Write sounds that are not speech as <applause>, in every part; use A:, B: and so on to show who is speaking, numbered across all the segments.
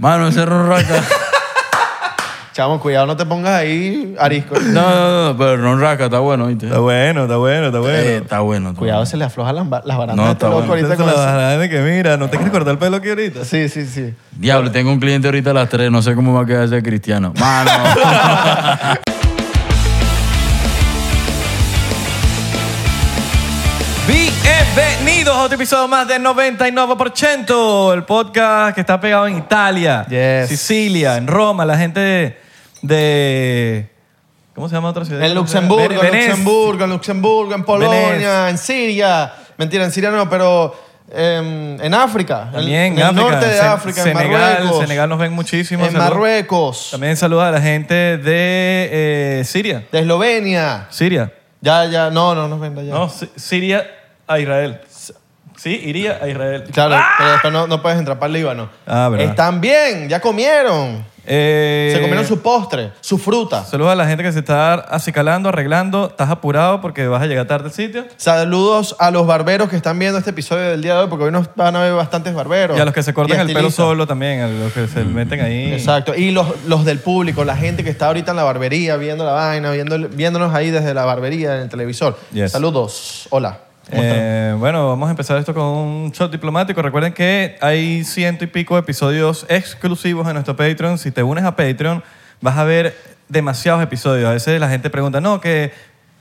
A: Mano, Cerro Rasca.
B: Chamo, cuidado, no te pongas ahí <clears throat> arisco.
A: No, no, no, no, pero Ron Rasca está bueno, ¿viste?
C: Está bueno, está bueno, está bueno.
A: Eh, está bueno. está
B: Cuidado,
A: bueno.
B: se le aflojan las, ba- las barandas
A: No,
B: a este
A: está
B: loco
A: bueno.
B: ahorita
C: Entonces,
B: con
C: la
B: eso.
C: verdad es que mira, no te quieres cortar el pelo aquí ahorita.
B: Sí, sí, sí.
A: Diablo, tengo un cliente ahorita a las 3, no sé cómo va a quedar ese cristiano. Mano.
C: Bienvenidos a otro episodio más de 99%, el podcast que está pegado en Italia,
B: Yes.
C: Sicilia, en Roma, la gente de, de- ¿Cómo se llama otra ciudad?
B: En Luxemburgo, en
C: Vene- Venecia.
B: Luxemburgo, en Luxemburgo, en Polonia,
C: Venecia.
B: en Siria. Mentira, en Siria no, pero em, en África.
C: También
B: en, en
C: en
B: el
C: África,
B: norte de
C: Sen-
B: África,
C: Senegal,
B: en Marruecos.
C: Senegal nos ven muchísimo.
B: en
C: saludos.
B: Marruecos,
C: También saludos a la gente de eh, Siria.
B: de Eslovenia.
C: Siria.
B: Ya, ya, no, no nos venda ya.
C: No, Si- Siria a Israel. Sí, iría a Israel.
B: Claro, pero después no, no puedes entrar para el Líbano.
C: Ah, verdad.
B: Están bien, ya comieron.
C: Eh,
B: Se comieron su postre, su fruta.
C: Saludos a la gente que se está acicalando, arreglando. Estás apurado porque vas a llegar tarde al sitio.
B: Saludos a los barberos que están viendo este episodio del día de hoy, porque hoy nos van a ver bastantes barberos.
C: Y a los que se cortan
B: Y
C: el pelo
B: estilistas.
C: solo también, a los que se meten ahí.
B: Exacto. Y los, los del público, la gente que está ahorita en la barbería, viendo la vaina, viendo, viéndonos ahí desde la barbería, en el televisor.
C: Yes.
B: Saludos. Hola. ¿Cómo están?
C: Eh, bueno, vamos a empezar esto con un shot diplomático. Recuerden que hay ciento y pico de episodios exclusivos en nuestro Patreon. Si te unes a Patreon, vas a ver demasiados episodios. A veces la gente pregunta, no, que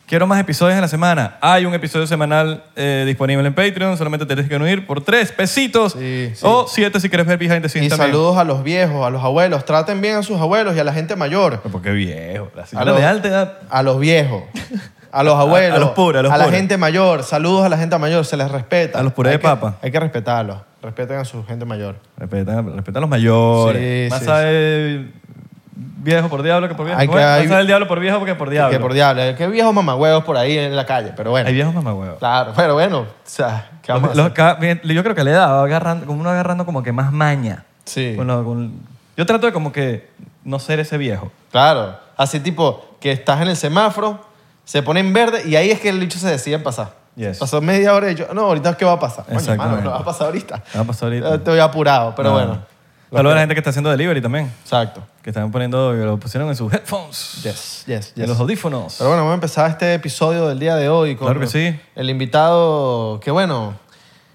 C: quiero más episodios en la semana. Hay un episodio semanal eh, disponible en Patreon. Solamente te tienes que unir por tres pesitos
B: Sí, sí.
C: o siete si quieres ver behind the scenes
B: Y
C: también.
B: saludos a los viejos, a los abuelos. Traten bien a sus abuelos y a la gente mayor.
C: Pero Porque viejo, la
B: A
C: señora
B: los,
C: de alta edad.
B: a los viejos, a los abuelos,
C: <laughs> a los puros, a los
B: la
C: puros.
B: gente mayor. Saludos a la gente mayor, se les respeta.
C: A los puré
B: Hay
C: de
B: que-
C: papa.
B: Hay que respetarlos. Respeten a su gente mayor.
C: Respeta, respeta a los
B: Sí,
C: mayores. más
B: sí,
C: sabe viejo por diablo que por viejo.
B: Hay que-
C: Bueno,
B: hay-
C: Más sabe el diablo por viejo que por diablo.
B: Que por diablo, eh, que viejos mamagüeos por ahí en la calle, pero bueno.
C: <laughs> Hay viejos mamagüeos.
B: Claro, pero bueno, o sea, ¿qué vamos a
C: Los-
B: hacer?
C: cada- bien, yo creo que le da, va agarrando, como uno agarrando como que más maña.
B: Sí.
C: Con lo- con- yo trato de como que no ser ese viejo.
B: Claro, así tipo que estás en el semáforo, se pone en verde y ahí es que el bicho se decide en pasar.
C: Yes.
B: Pasó media hora y yo, no, ahorita qué va a pasar. Coño,
C: Exactamente.
B: mano, no va a pasar ahorita.
C: Va a pasar ahorita.
B: Estoy apurado, pero bueno.
C: Saludos a la gente que está haciendo delivery también.
B: Exacto.
C: Que están poniendo, que lo pusieron en sus headphones.
B: Yes, yes,
C: En
B: yes.
C: los audífonos.
B: Pero bueno, vamos a empezar este episodio del día de hoy con
C: Claro que sí.
B: el invitado que bueno,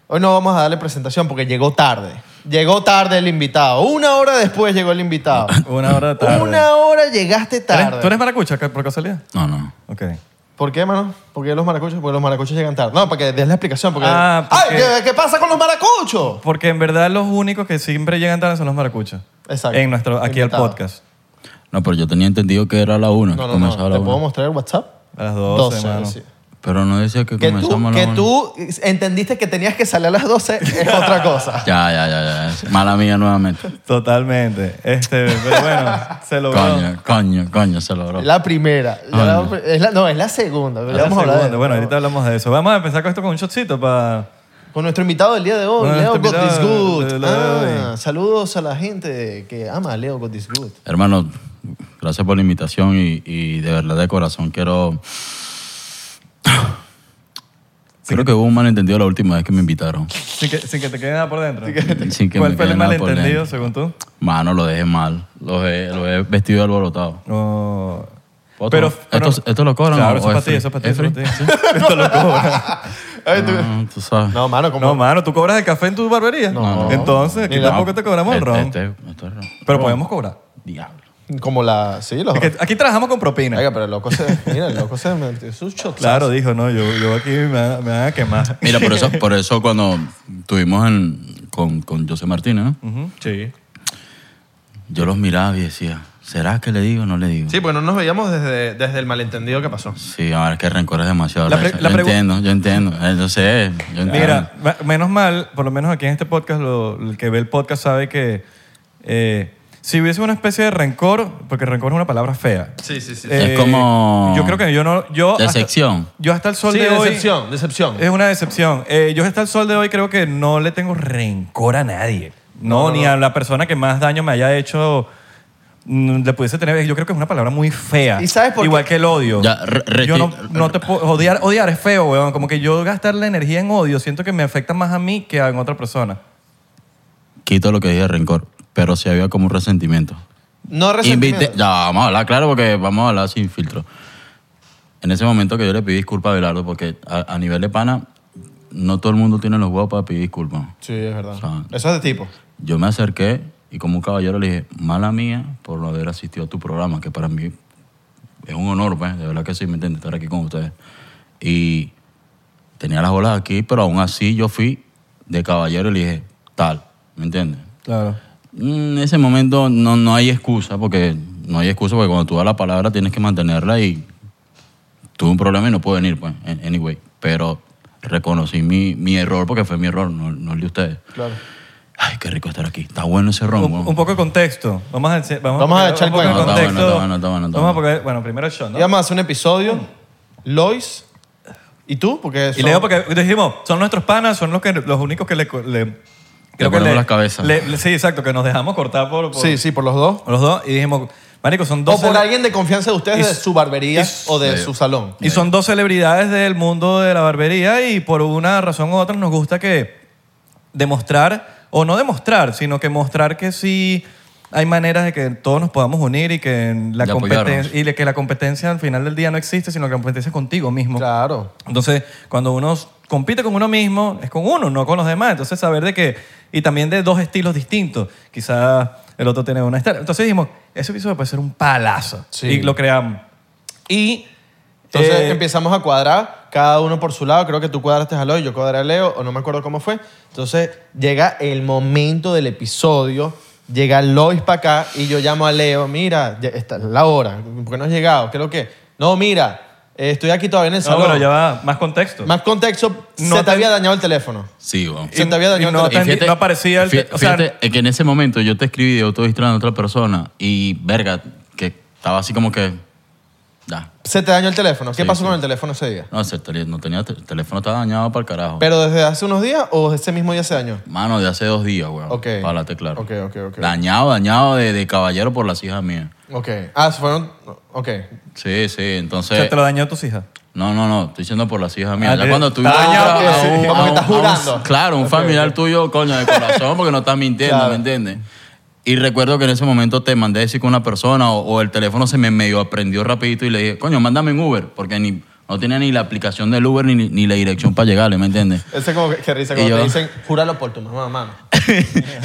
B: hoy no vamos a darle presentación porque llegó tarde. Llegó tarde el invitado. Una hora después llegó el invitado.
C: Una hora <laughs> tarde.
B: Una hora llegaste
C: ¿Tú eres-
B: tarde.
C: ¿Tú eres maracucha ca- por casualidad?
A: No, no.
C: Ok.
B: ¿Por qué, mano? ¿Por qué los maracuchos? Porque los maracuchos llegan tarde. No, para que des la explicación. Porque...
C: Ah, porque-
B: ¡Ay! ¿qué, qué pasa con los maracuchos?
C: Porque en verdad los únicos que siempre llegan tarde son los maracuchos.
B: Exacto.
C: En nuestro, aquí al
B: Invitado.
C: podcast.
A: No, pero yo tenía entendido que era a la 1,
B: No,
A: que
B: no, no.
A: comenzaba a
B: ¿Te
A: la
B: puedo
A: 1.
B: mostrar el WhatsApp?
C: A las 12, mano.
B: sí.
A: Pero no decía que,
B: Que tú,
A: comenzamos a
B: que
A: la 1.
B: tú entendiste que tenías que salir a las 12 es otra
C: <laughs>
B: cosa.
A: Ya, ya, ya, ya. Mala mía
B: <laughs>
A: nuevamente.
C: Totalmente. Este, pero bueno, <laughs> se logró.
A: Coño, coño, coño, se logró.
B: La primera. Ya
A: Ah,
B: la-
A: no.
B: es la- no, es la segunda. Ya
C: Es la
B: vamos a hablar de-
C: segunda. Bueno, ahorita hablamos de eso. Vamos a empezar con esto con un shotcito para...
B: Con nuestro invitado del día de hoy,
C: Bueno,
B: Leo
C: nuestro
B: God is
C: invitado
B: Good.
C: de- de- de-
B: Ah, saludos a la gente que ama a Leo God is Good.
A: Hermano, gracias por la invitación y, y de verdad de corazón quiero... Creo que hubo un malentendido la última vez que me invitaron.
C: Sin que, sin que te quede nada por dentro.
A: Sin que
C: ¿Cuál
A: me
C: fue el
A: quede nada por
C: malentendido,
A: dentro.
C: según tú?
A: Mano, lo dejé mal. Lo dejé, lo dejé vestido y alborotado.
C: Oh.
A: ¿Puedo tomar? ¿Esto- esto lo cobran
C: Claro,
A: o-
C: eso
A: o
C: es para
A: es
C: ti, eso es para ti.
A: free?
C: eso es para ti. Esto lo cobran.
B: Ay, tú-
A: Ah, tú sabes.
B: No, mano, como.
C: No, mano, ¿tú cobras el café en tu barbería?
B: No.
C: Entonces, aquí
B: Mira.
C: tampoco te cobramos el
A: Este-
C: ron.
A: este- esto es ron.
C: Pero podemos cobrar.
A: Diablo.
B: Como la. Sí, los.
C: Es que aquí trabajamos con propina.
B: Oiga, pero el loco se. Mira, el loco se metió sus shots.
C: Claro, dijo, no, yo, yo aquí me, van a- me van a quemar.
A: Mira, por eso, por eso cuando estuvimos en- con, con José Martínez, ¿no?
C: Sí.
A: yo los miraba y decía, ¿será que le digo o no le digo?
B: Sí, porque no nos veíamos desde, desde el malentendido que pasó.
A: Sí, ahora es que el rencor es demasiado.
C: La pre-
A: recho.
C: la
A: yo
C: pregu-
A: entiendo, yo entiendo. Eh, Yo sé, yo entiendo.
C: Mira, ma- menos mal, por lo menos aquí en este podcast, lo- el que ve el podcast sabe que eh, si hubiese una especie de rencor, porque rencor es una palabra fea. eh,
B: Sí, sí, sí.
A: Es como
C: Yo creo que yo no. Yo hasta-
A: decepción.
C: yo hasta el sol
B: sí,
C: de hoy.
B: decepción, decepción.
C: Es una decepción. Eh, yo hasta el sol de hoy creo que no le tengo rencor a nadie. No, ni a la persona que más daño me haya hecho mm, le pudiese tener. Yo creo que es una palabra muy fea.
B: ¿Y sabes por
C: Igual
B: qué?
C: que el odio.
A: Ya, re- re-
C: yo no,
A: re-
C: no te puedo. Odiar, odiar es feo, weón. Como que yo gastar la energía en odio siento que me afecta más a mí que a otra persona.
A: Quito lo que dije de rencor. pero sí había como un resentimiento.
B: No resentimiento.
A: Invité- ya, vamos a hablar, claro, porque vamos a hablar sin filtro. En ese momento que yo le pedí disculpas a Abelardo, porque a, a nivel de pana, no todo el mundo tiene los huevos para pedir disculpas.
B: Sí, es verdad.
A: O
C: Ah.
A: sea,
B: Eso es de tipo.
A: Yo me acerqué y como un caballero le dije, mala mía por no haber asistido a tu programa, que para mí es un honor, pues, de verdad que sí, me entiendes, estar aquí con ustedes. Y tenía las bolas aquí, pero aún así yo fui de caballero y le dije, tal, ¿me entiendes?
C: Claro.
A: Mm, En ese momento no, no hay excusa, porque no hay excusa, porque cuando tú das la palabra tienes que mantenerla y tuve un problema y no pude venir, pues, an- anyway. Pero reconocí mi, mi error, porque fue mi error, no, no el de ustedes.
B: Claro.
A: Ay, qué rico estar aquí. Está bueno ese ron,
C: Un,
A: weón.
C: un poco de contexto. Vamos a, echar- vamos
B: Vamos a
C: poner
B: echar
C: un poco de
B: cuento.
A: Está bueno,
C: contexto.
A: está bueno, está bueno, está
C: Vamos a
A: bueno.
C: poner- bueno, primero el shot, ¿no?
B: Íbamos a hacer un episodio. Lois. ¿Y tú? Porque
C: Y
B: son-
C: leo porque dijimos, son nuestros panas, son los, que, los únicos que le... co- le
A: ponemos las cabezas.
C: le- le- sí, exacto, que nos dejamos cortar por, por
B: Sí, sí, por los dos.
C: los dos. Y dijimos, marico, son dos...
B: O por
C: cele-
B: alguien de confianza de ustedes,
C: Y-
B: de su barbería
C: y-
B: o de su salón.
C: Y son dos celebridades del mundo de la barbería y por una razón u otra nos gusta que demostrar, o no demostrar, sino que mostrar que sí hay maneras de que todos nos podamos unir y que la,
A: De apoyarnos.
C: competen- y de que la competencia al final del día no existe, sino que la competencia es contigo mismo.
B: Claro.
C: Entonces, cuando uno compite con uno mismo, es con uno, no con los demás. Entonces, saber de que... Y también de dos estilos distintos. Quizás el otro tiene una estar. Entonces dijimos, ese episodio puede ser un palazo.
B: Sí.
C: Y lo creamos. Y...
B: Entonces
C: eh,
B: empezamos a cuadrar, cada uno por su lado. Creo que tú cuadraste a Lois, yo cuadré a Leo, o no me acuerdo cómo fue. Entonces llega el momento del episodio, llega Lois para acá y yo llamo a Leo, mira, ya está la hora, ¿por qué no has llegado? Creo que, no, mira, eh, estoy aquí todavía en el
C: No,
B: salón.
C: bueno, ya va. Más contexto.
B: Más contexto, se
C: No
B: te
C: te-
B: había dañado el teléfono.
A: Sí, weón.
B: se te había dañado
C: y no
B: el
C: te-
B: teléfono.
C: no aparecía el-
A: fí-
C: o sea-
A: fíjate que en ese momento yo te escribí, yo estoy distrayendo a otra persona y, verga, que estaba así como que... Ya.
B: Se te dañó el teléfono. ¿Qué
A: Sí,
B: pasó
A: sí.
B: con el teléfono ese día?
A: No, se tele- no tenía... te- El teléfono estaba dañado para el carajo.
B: ¿Pero desde hace unos días o ese mismo día se dañó?
A: Mano, de hace dos días, weón.
B: Ok.
A: Para la tecla.
B: Ok, ok, ok.
A: Dañado, dañado de, de caballero por las hijas mías.
B: Ok. Ah, se fueron... Ok.
A: Sí, sí, entonces...
C: O sea, te lo dañó tus hijas.
A: No, no, no, estoy diciendo por las hijas mías.
C: Ah,
A: ya
C: te-
A: cuando tú
C: está
A: involucras
B: dañado,
A: a
B: sí,
A: un-
B: como
A: a
B: que
A: un-
B: estás
A: a un-
B: jurando.
A: claro, un
B: Ok,
A: familiar
B: ok.
A: tuyo, coño, de corazón, porque no estás mintiendo,
B: Claro.
A: ¿me entiendes? Y recuerdo que en ese momento te mandé a decir con una persona o, o el teléfono se me medio aprendió rapidito y le dije, coño, mándame un Uber, porque ni, no tenía ni la aplicación del Uber ni, ni la dirección para llegarle, ¿me
B: <laughs>
A: entiendes?
B: Ese como que, que risa
A: Y
B: cuando te
A: yo-
B: dicen, júralo por tu mamá, mano.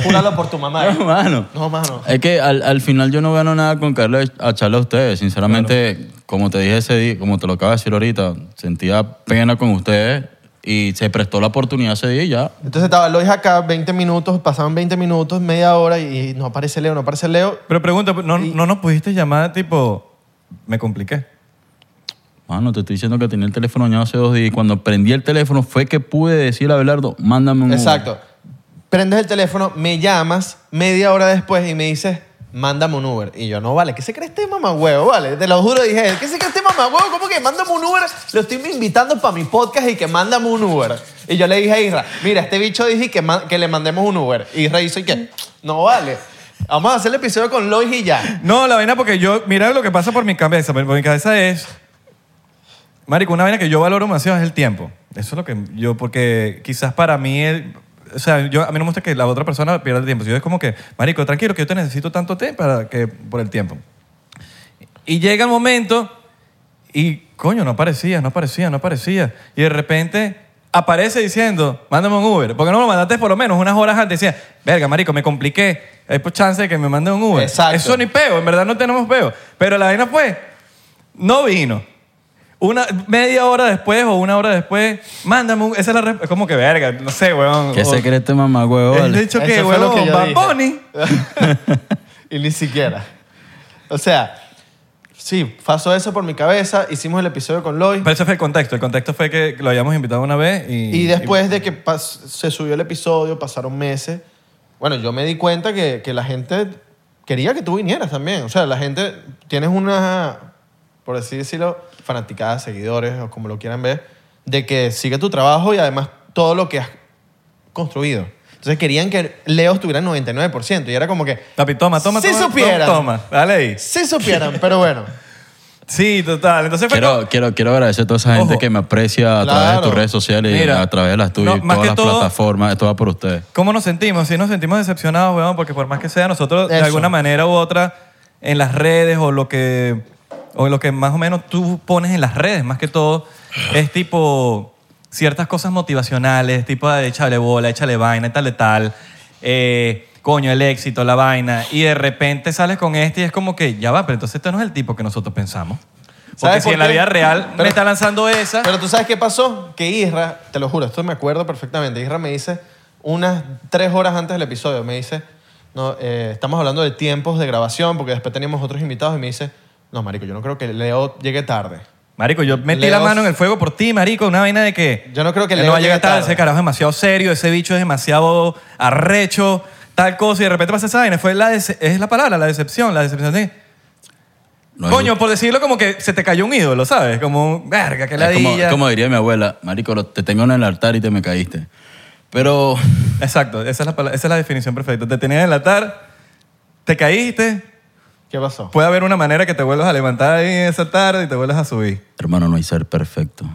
B: júralo por tu mamá.
A: <laughs> No, mano.
B: No, mano.
A: Es que al, al final yo no gano nada con caerle a charla a ustedes. Sinceramente, como te dije ese día, como te lo acabo de decir ahorita, sentía pena con ustedes y se prestó la oportunidad ese día y ya.
B: Entonces estaba Lois acá 20 minutos, pasaban 20 minutos, media hora y no aparece Leo, no aparece Leo.
C: Pero pregunta, ¿no, no nos pudiste llamar tipo, me compliqué?
A: Mano, te estoy diciendo que tenía el teléfono dañado hace dos días y cuando prendí el teléfono fue que pude decirle a Belardo, mándame un Uber".
B: Exacto. Prendes el teléfono, me llamas media hora después y me dices, mándame un Uber. Y yo, no, vale, ¿qué se cree este mamagüevo? Vale, te lo juro, dije, ¿qué se cree este mamagüevo? ¿Cómo que mándame un Uber? Lo estoy invitando para mi podcast y que mándame un Uber. Y yo le dije a Isra, mira, este bicho dije que, ma- que le mandemos un Uber. Isra hizo y que, no vale. Vamos a hacer el episodio con Lois y ya.
C: No, la vaina porque yo, mira lo que pasa por mi cabeza. Por por mi cabeza es, marico, una vaina que yo valoro demasiado es el tiempo. Eso es lo que yo, porque quizás para mí, el- o sea, yo, a mí no me gusta que la otra persona pierda el tiempo. Yo es como que, marico, tranquilo, que yo te necesito tanto tiempo para que, por el tiempo. Y llega el momento y, coño, no aparecía, no aparecía, no aparecía. Y de repente aparece diciendo, mándame un Uber. Porque no lo mandaste por lo menos unas horas antes. Decía, verga, marico, me compliqué. Hay pues chance de que me mande un Uber.
B: Exacto.
C: Eso ni peo, en verdad no tenemos peo. Pero la vaina fue, no vino. Una media hora después o una hora después, mándame un... Esa es la respuesta. Es como que, verga, no sé, weón.
A: ¿Qué
C: O-
A: se cree este mamá, huevo?
C: <laughs> El dicho que,
B: Eso fue lo que
C: weón,
B: yo
C: Bad
B: dije.
C: Bunny.
B: <laughs> y ni siquiera. O sea, sí, pasó eso por mi cabeza, hicimos el episodio con Lois.
C: Pero ese fue el contexto. El contexto fue que lo habíamos invitado una vez y...
B: Y después de que pas- se subió el episodio, pasaron meses. Bueno, yo me di cuenta que, que la gente quería que tú vinieras también. O sea, la gente, tienes una, por así decirlo, fanaticada, seguidores o como lo quieran ver, de que sigue tu trabajo y además todo lo que has construido. Entonces querían que Leo estuviera en 99% y era como que,
C: Papi, toma, toma,
B: Si
C: toma,
B: supieran.
C: Toma, toma. dale ahí.
B: si supieran, pero bueno.
C: Sí, total. Entonces fue
A: Quiero, quiero, quiero agradecer a toda esa gente
C: Ojo.
A: que me aprecia a través de
B: Claro.
A: tus redes sociales
C: Mira,
A: y a través de las tuyas, y
C: no, más
A: todas las
C: que todo-
A: plataformas, esto va por ustedes.
C: ¿Cómo nos sentimos? Sí, nos sentimos decepcionados, weón, porque por más que sea, nosotros de
B: Eso.
C: alguna manera u otra en las redes o lo que o lo que más o menos tú pones en las redes, más que todo, es tipo ciertas cosas motivacionales, tipo de échale bola, échale vaina, tal, tal, eh, coño, el éxito, la vaina, y de repente sales con este y es como que ya va, pero entonces este no es el tipo que nosotros pensamos. Porque
B: ¿Sabes
C: si
B: por
C: en la
B: qué?
C: vida real me
B: Pero-
C: está lanzando esa,
B: Pero tú sabes qué pasó? Que Isra, te lo juro, esto me acuerdo perfectamente. Isra me dice unas tres horas antes del episodio, me dice, no, eh, estamos hablando de tiempos de grabación porque después teníamos otros invitados y me dice, no, marico, yo no creo que Leo llegue tarde.
C: Marico, yo metí
B: Leo-
C: la mano en el fuego por ti, marico. Una vaina de que...
B: Yo no creo que
C: él
B: Leo
C: no va a
B: llegue
C: llegar tarde.
B: tarde.
C: Ese carajo es demasiado serio. Ese bicho es demasiado arrecho. Tal cosa. Y de repente pasa esa vaina. Fue la dece- es la palabra, la decepción. La decepción de...
A: No es
C: Coño, por decirlo como que se te cayó un ídolo, ¿sabes? Como un... Verga, que
A: Es como,
C: ladilla.
A: como diría mi abuela, marico, lo- te tenía en el altar y te me caíste. Pero
C: Exacto. Esa es, la, pala- esa es la definición perfecta. Te tenías en el altar. Te caíste.
B: ¿Qué pasó?
C: Puede haber una manera que te vuelvas a levantar ahí esa tarde y te vuelvas a subir.
A: Hermano, no hay ser perfecto.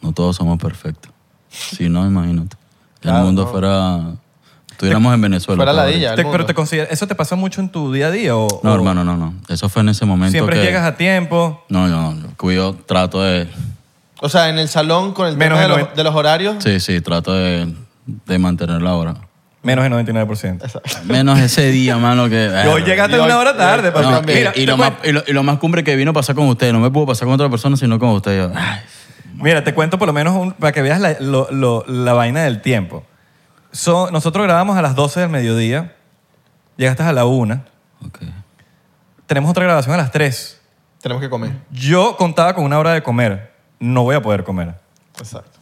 A: No todos somos perfectos. Si no, imagínate.
B: Claro,
A: el mundo
B: no.
A: fuera. Estuviéramos en Venezuela.
B: Fuera
A: todavía.
B: ladilla. Ya, el
C: Te- pero
B: mundo.
C: te considera- ¿Eso te pasa mucho en tu día a día? O,
A: No,
C: o
A: hermano, no, no. Eso fue en ese momento.
C: Siempre
A: que-
C: llegas a tiempo.
A: No, yo, yo cuido, trato de.
B: O sea, en el salón con el
C: Menos
B: tema de
C: el
B: los,
C: noven-
B: de los horarios.
A: Sí, sí, trato de, de mantener la hora.
C: Menos del 99%.
A: Menos ese día, mano, que.
C: Y Hoy llegaste
B: Y hoy-
C: una hora
B: y
C: tarde,
B: hoy
C: papi.
A: No,
B: también.
C: mira,
A: y, y
C: te
A: lo más,
C: cuen-
A: y, lo, y lo más cumbre que vino a pasar con ustedes. No me pudo pasar con otra persona, sino con ustedes. Yo, ay,
C: mira, te cuento por lo menos un- para que veas la, lo- lo- la vaina del tiempo. So- nosotros grabamos a las 12 del mediodía, llegaste a la 1,
A: ok.
C: tenemos otra grabación a las 3.
B: Tenemos que comer.
C: Yo contaba con una hora de comer, no voy a poder comer.
B: Exacto.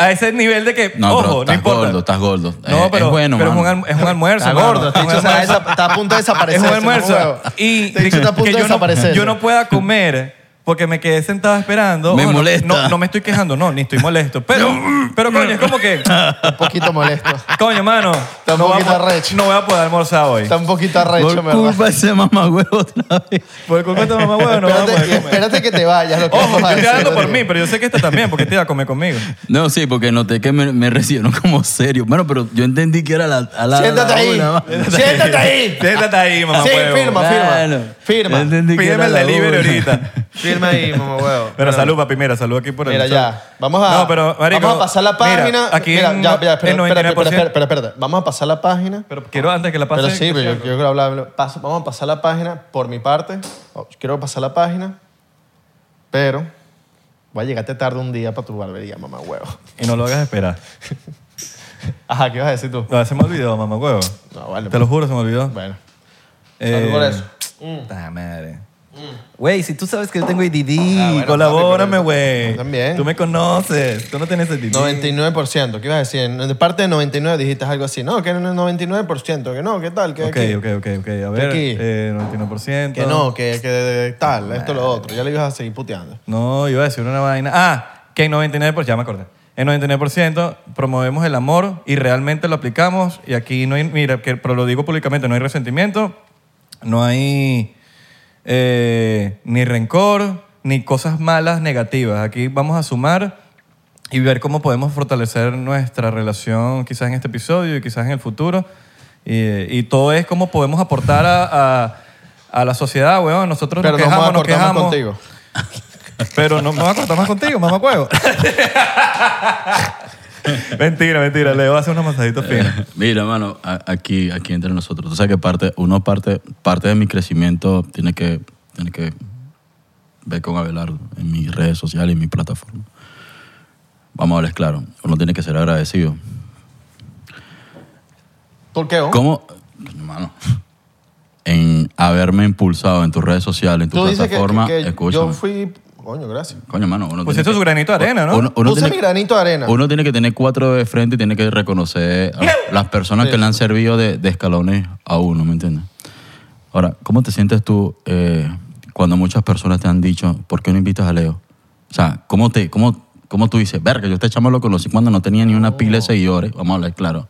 C: A ese nivel de que,
A: No, pero
C: ojo, no
A: estás
C: importa.
A: gordo, estás gordo. Eh,
C: No,
A: Es-
C: pero,
A: es bueno,
C: pero es, un,
A: mano.
C: alm- es un almuerzo.
B: Está
C: mano.
B: gordo, este
C: Es un
B: bicho está,
C: almuerzo.
B: desa- está a punto de
C: <laughs> Es
B: desaparecer.
C: un
B: ese mamá
C: almuerzo.
B: huevo.
C: Y
B: Este bicho está a punto
C: que
B: de
C: yo no,
B: desaparecer.
C: yo no pueda comer porque me quedé sentado esperando.
A: Me
C: Ojo, no-
A: molesta.
C: No, no me estoy quejando, no, ni estoy molesto. Pero, pero coño, es como que,
B: Un poquito molesto.
C: coño, mano,
B: Está un
C: no voy, a,
B: poquito
C: po-
B: arrecho.
C: no voy a poder almorzar hoy.
B: Está un poquito
A: Por
B: arrecho, me
A: culpa de ese mamagüevo otra vez.
C: Por culpa de tu mamá, bueno, no voy a
B: espérate,
C: poder comer.
B: espérate que te vayas. Lo que
C: Ojo,
B: vamos
C: yo
B: a
C: estoy
B: decir,
C: hablando por
B: Rodrigo.
C: mí, pero yo sé que esta también, porque esta iba a comer conmigo.
A: No, sí, porque noté que me, me recibieron como serio. Bueno, pero yo entendí que era la, a la
B: Siéntate
A: la
B: ahí.
A: una, va.
B: Siéntate ahí.
C: Siéntate ahí, mamá.
B: Sí,
C: huevo.
B: firma.
A: Claro.
B: firma.
A: Yo entendí que
C: Pídeme
A: era
C: el
A: la
C: delivery
A: una.
C: ahorita.
B: Firma ahí, mamá
C: <laughs>
B: huevo.
C: Pero salud, papi, mira, salud aquí por el
B: Mira,
C: chat.
B: ya. Vamos a,
C: No, pero, marico,
B: vamos a pasar la
C: mira,
B: página.
C: aquí
B: Mira,
C: en-
B: ya, ya, espera,
C: en
B: espera, espera,
C: 99%.
B: espera, espera, espera. Vamos a pasar la página.
C: Pero quiero antes que la pase.
B: Pero sí, pero yo, yo quiero hablar. paso- vamos a pasar la página por mi parte. Oh, Quiero pasar la página. Pero voy a llegarte tarde un día para tu barbería, mamá huevo. <laughs>
C: Y no lo hagas esperar.
B: Ajá, ¿qué vas a decir tú?
C: No, se me olvidó, mamá, huevo.
B: No, vale. pues,
C: Te lo juro, se me olvidó.
B: Bueno.
C: Eh,
B: Salud por eso. Mm.
C: puta madre. Güey, si tú sabes que yo tengo IDD,
B: Ah, bueno,
C: colabórame,
B: papi,
C: güey.
B: pero- También.
C: Tú me conoces. Tú no tienes IDD.
B: 99%, ¿qué ibas a decir? De parte de 99 dijiste algo así. No, que no es 99%, que no, que tal, que
C: Ok,
B: que-
C: ok, ok, ok. A ver,
B: aquí.
C: eh, 99%.
B: Que no, que, que tal, esto, lo otro. Ya le ibas a seguir puteando.
C: No, iba a decir una vaina. Ah, que en 99%, ya me acordé. En 99% promovemos el amor y realmente lo aplicamos. Y aquí no hay, mira, que, pero lo digo públicamente, no hay resentimiento, no hay eh, ni rencor, ni cosas malas, negativas. Aquí vamos a sumar y ver cómo podemos fortalecer nuestra relación quizás en este episodio y quizás en el futuro. Y, eh, y todo es cómo podemos aportar a, a- a la sociedad, weón. Nosotros
B: Pero
C: nos
B: no vamos
C: quejamos,
B: a
C: nos
B: cortar más
C: quejamos.
B: contigo.
C: Pero no me voy a cortar más contigo,
B: <laughs>
C: mamá huevo. mentira, mentira. Le voy a hacer unos masajitos finos.
A: <laughs> Mira, mano, a- aquí, aquí entre nosotros. Tú sabes que parte, uno parte, parte de mi crecimiento tiene que, tiene que ver con Abelardo en mis redes sociales y en mi plataforma. Vamos a hablar claro. Uno tiene que ser agradecido.
B: ¿Por qué? oh?
A: ¿Cómo, coño, mano, en haberme impulsado en tus redes sociales, en tu
B: Tú dices que,
A: plataforma?
B: que- que
A: escúchame.
B: yo fui... Coño, gracias.
A: Coño, mano, uno
C: Pues
A: tiene
C: esto es
A: que-
C: su granito de arena, ¿no?
A: Uno, uno
B: Puse
A: tiene,
B: mi granito de arena.
A: uno tiene que tener cuatro de frente y tiene que reconocer a las personas que le han servido de, de escalones a uno, ¿me entiendes? Ahora, ¿cómo te sientes tú eh, cuando muchas personas te han dicho, ¿por qué no invitas a Leo? O sea, ¿cómo, te, cómo, cómo tú dices, verga, yo este chamo lo conocí cuando no tenía ni una pila de seguidores, vamos a hablar claro.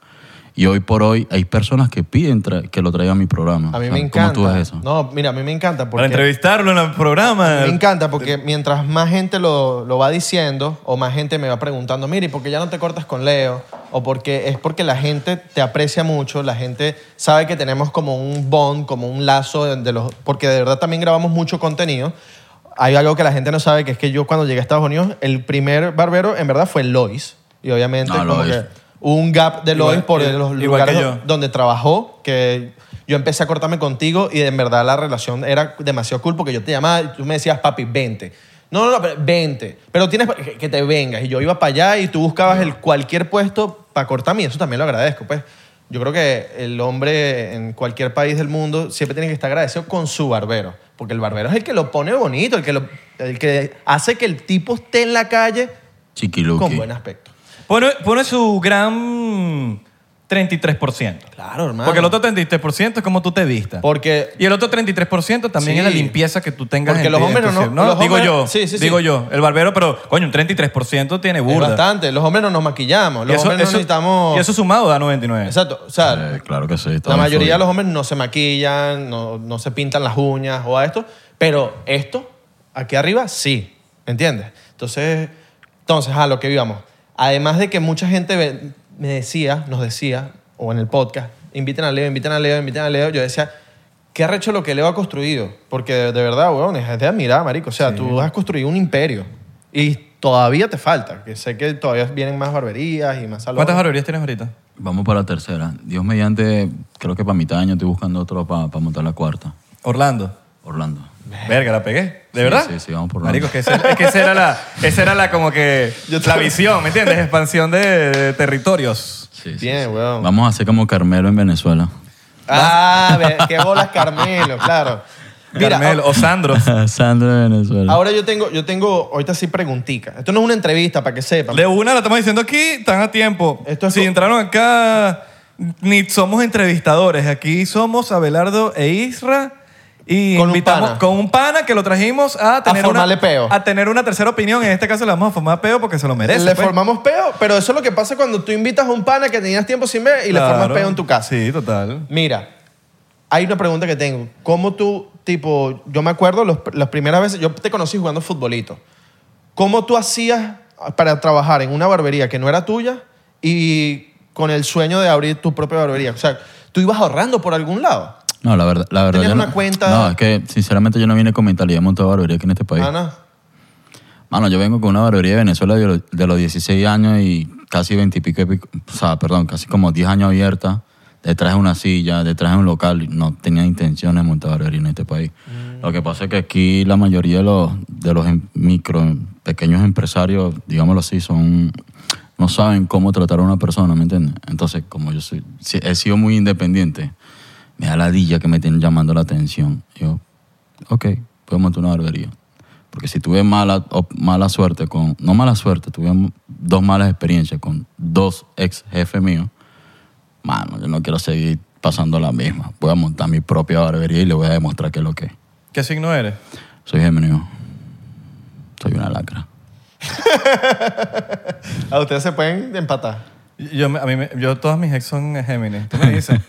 A: Y hoy por hoy hay personas que piden tra- que lo traigan a mi programa.
B: A mí
A: O sea,
B: me encanta.
A: ¿Cómo tú ves eso?
B: No, mira, a mí me encanta
C: Para
B: porque
C: entrevistarlo en el programa.
B: me encanta porque mientras más gente lo, lo va diciendo o más gente me va preguntando, mira, ¿y por qué ya no te cortas con Leo? O porque es porque la gente te aprecia mucho, la gente sabe que tenemos como un bond, como un lazo de, de los... Porque de verdad también grabamos mucho contenido. Hay algo que la gente no sabe, que es que yo cuando llegué a Estados Unidos, el primer barbero en verdad fue Lois. Y obviamente
A: No,
B: como
A: Lois.
B: que hubo un gap de Lois
C: Igual-
B: por
C: igual
B: los
C: que
B: lugares
C: yo.
B: donde trabajó, que yo empecé a cortarme contigo y en verdad la relación era demasiado cool porque yo te llamaba y tú me decías, papi, vente. No, no, no, pero vente. Pero tienes que- que te vengas. Y yo iba para allá y tú buscabas el cualquier puesto para cortarme y eso también lo agradezco. Pues yo creo que el hombre en cualquier país del mundo siempre tiene que estar agradecido con su barbero. Porque el barbero es el que lo pone bonito, el que, lo, el que hace que el tipo esté en la calle
A: Chiquiluki.
B: con buen aspecto.
C: Pone, pone su gran 33%.
B: Claro, hermano.
C: Porque el otro 33% es como tú te vistas.
B: Porque
C: y el otro 33% también
B: Sí.
C: es la limpieza que tú tengas
B: Porque
C: en
B: los
C: ti,
B: hombres
C: en tu
B: no-
C: ser,
B: los
C: digo
B: hombres-
C: yo.
B: sí, sí, sí.
C: digo yo. El barbero, pero coño, un 33% tiene
B: Es
C: burda.
B: bastante. Los hombres no nos maquillamos. Los
C: Y eso-
B: hombres no
C: eso-
B: necesitamos.
C: Y eso sumado da 99.
B: Exacto. O sea,
A: Eh, claro que sí.
B: la mayoría de los hombres no se maquillan, no, no se pintan las uñas o a esto. Pero esto, aquí arriba, sí. ¿Entiendes? Entonces, entonces, a lo que vivamos. Además de que mucha gente ve- me decía, nos decía, o en el podcast, inviten a Leo, inviten a Leo, inviten a Leo. Yo decía, qué arrecho lo que Leo ha construido. Porque de, de verdad, weón, es de admirar, marico. O sea, tú has construido un imperio. Y todavía te falta. Que sé que todavía vienen más barberías y más salones.
C: ¿Cuántas barberías tienes ahorita?
A: Vamos para la tercera. Dios mediante, creo que para mitad de año estoy buscando otro para montar la cuarta.
C: Orlando.
A: Orlando.
C: Verga, la pegué. ¿De
A: Sí,
C: verdad?
A: sí, sí, vamos por
C: Marico,
A: Orlando.
C: que ese- es que esa
A: <laughs>
C: era la, esa era la como que
B: Yo
C: la
B: también.
C: visión, ¿me entiendes? Expansión de, de territorios.
A: Sí, sí,
B: Bien,
A: sí.
B: weón.
A: Vamos a hacer como Carmelo en Venezuela. <laughs>
B: Ah, ve- qué bolas Carmelo, claro. Mira, ah,
C: Carmelo, o Sandro.
A: Sandro de
B: a-
A: Venezuela.
B: ahora yo tengo, yo tengo, ahorita sí preguntica. Esto no es una entrevista, para que sepan.
C: De una la estamos diciendo aquí, están a tiempo.
B: Esto es
C: si
B: co-
C: entraron acá, ni somos entrevistadores. Aquí somos Abelardo e Isra. Y
B: Con un
C: invitamos
B: pana.
C: con un pana que lo trajimos a tener,
B: formarle
C: una,
B: peo.
C: a tener una tercera opinión. En este caso le vamos a formar peo porque se lo merece.
B: le
C: pues.
B: formamos peo, pero eso es lo que pasa cuando tú invitas a un pana que tenías tiempo sin ver y le
C: Claro.
B: formas peo en tu casa.
C: Sí, total.
B: Mira, hay una pregunta que tengo. ¿Cómo tú, tipo, yo me acuerdo los- las primeras veces, yo te conocí jugando futbolito. ¿Cómo tú hacías para trabajar en una barbería que no era tuya y con el sueño de abrir tu propia barbería? O sea, tú ibas ahorrando por algún lado.
A: No, la verdad. La verdad
B: ¿Tenías
A: yo
B: una
A: no,
B: cuenta? Ah,
A: No, es que sinceramente yo no vine con mentalidad montada barbería aquí en este país.
B: Ana.
A: Mano, yo vengo con una barbería de Venezuela de los, de los 16 años y casi 20 y pico, de pico- o sea, perdón, casi como 10 años abierta, detrás de una silla, detrás de un local. y No tenía intenciones de montar barbería en este país. Lo que pasa es que aquí la mayoría de los, de los em- micro, pequeños empresarios, digámoslo así, son no saben cómo tratar a una persona, ¿me entiendes? Entonces, como yo soy, si- he sido muy independiente, me da la dilla que me tienen llamando la atención. Yo, ok, puedo montar una barbería. Porque si tuve mala, o- mala suerte con, no mala suerte, tuve m- dos malas experiencias con dos ex jefes míos, mano, yo no quiero seguir pasando la misma. Voy a montar mi propia barbería y le voy a demostrar qué es lo que es.
C: ¿Qué signo eres?
A: Soy Géminis. Soy una lacra.
B: A Ah, ustedes se pueden empatar.
C: Yo, me- a mí me- yo todas mis ex son Géminis. Tú me dices.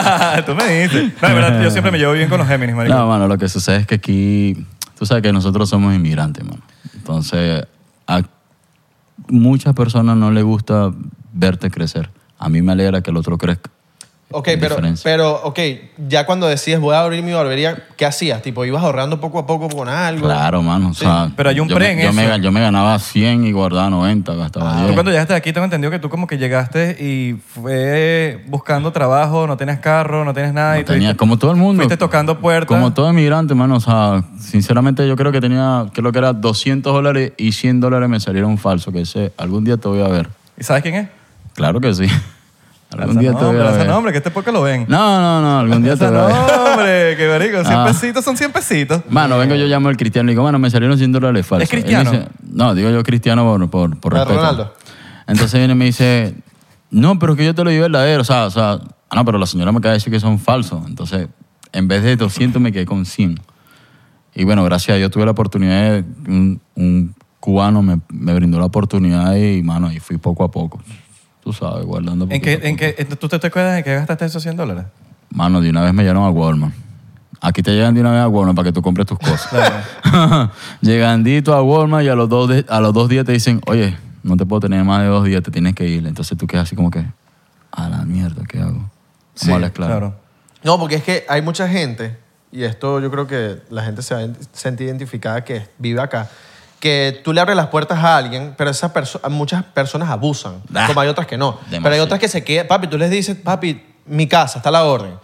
C: <laughs> Tú me dices. No, de verdad, yo siempre me llevo bien con los Géminis, marico.
A: No, mano, lo que sucede es que aquí, tú sabes que nosotros somos inmigrantes, mano. Entonces, a muchas personas no les gusta verte crecer. A mí me alegra que el otro crezca.
B: Ok,
A: Con
B: pero,
A: diferencia.
B: pero, ok, ya cuando decides voy a abrir mi barbería, ¿qué hacías? Tipo, ibas ahorrando poco a poco con algo.
A: Claro, mano. o sea,
C: pero hay un
A: yo
C: pre
A: me-
C: en
A: yo me,
C: eso. Ah,
A: ga- yo me ganaba 100 y guardaba 90, gastaba
C: Tú
A: 10.
C: cuando llegaste aquí tengo entendido que tú como que llegaste y fue buscando trabajo, no tenías carro, no tenías nada. y
A: No tenía-
C: tuviste-
A: como todo el mundo.
C: Fuiste tocando puertas.
A: Como todo inmigrante, mano. O sea, sinceramente yo creo que tenía, creo que era 200 dólares y 100 dólares me salieron falsos. Que sé, algún día te voy a ver.
C: ¿Y sabes quién es?
A: Claro que sí. <laughs> Algún
C: Lanza
A: día te voy
C: nombre,
A: a
C: lanza
A: ver.
C: nombre, que este poco lo ven.
A: No, no, no, algún
C: <laughs>
A: día te
C: Lanza
A: voy a ver.
C: nombre, que marico, 100
A: Ah.
C: pesitos son 100 pesitos.
A: Mano, vengo yo llamo al cristiano y digo, mano, me salieron 100 dólares falsos.
C: ¿Es cristiano?
A: Él me dice- no, digo yo cristiano por, por, por
B: ¿Para
A: respeto.
B: Ronaldo?
A: Entonces viene y me dice, no, pero es que yo te lo di verdadero. O sea, o sea, ah, no, pero la señora me acaba de decir que son falsos. Entonces, en vez de 200 me quedé con 100. Y bueno, gracias a Dios tuve la oportunidad, de- un, un cubano me, me brindó la oportunidad y, mano, y fui poco a poco. tú sabes, guardando.
C: ¿En
A: poquito
C: qué,
A: a
C: en
A: poco.
C: qué, ¿Tú te te acuerdas en qué gastaste esos 100 dólares?
A: <laughs> Mano, de una vez me llegaron a Walmart. Aquí te llegan de una vez a Walmart para que tú compres tus
C: <laughs>
A: cosas. <laughs> Llegandito a Walmart y a los, dos de- a los dos días te dicen, oye, no te puedo tener más de dos días, te tienes que ir. Entonces tú quedas así como que, a la mierda, ¿qué hago? Como
B: Sí,
A: hablas claro.
B: No, porque es que hay mucha gente, y esto yo creo que la gente se va a sentir identificada que vive acá, que tú le abres las puertas a alguien, pero esas perso- muchas personas abusan,
A: Ah,
B: como hay otras que no. Pero hay
A: demasiado.
B: otras que se quedan, papi, tú les dices, papi, mi casa, está a la orden.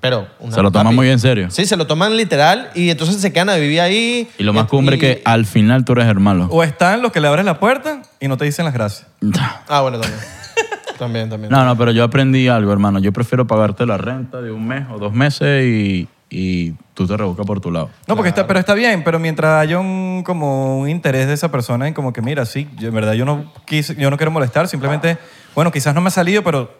B: Pero una-
A: Se lo toman
B: papi,
A: muy en serio.
B: Sí, se lo toman literal y entonces se quedan a vivir ahí.
A: Y lo más
B: Et-
A: cumbre es que
B: y-
A: al final tú eres hermano. <laughs>
C: O están los que le abres la puerta y no te dicen las gracias.
B: Ah, bueno, también. <laughs> también, también.
A: No, no, pero yo aprendí algo, hermano. Yo prefiero pagarte la renta de un mes o dos meses y, y tú te rebuscas por tu lado.
C: No, porque está, pero está bien, pero mientras haya un, como un interés de esa persona en como que, mira, sí, yo, en verdad yo no, quise, yo no quiero molestar, simplemente, bueno, quizás no me ha salido, pero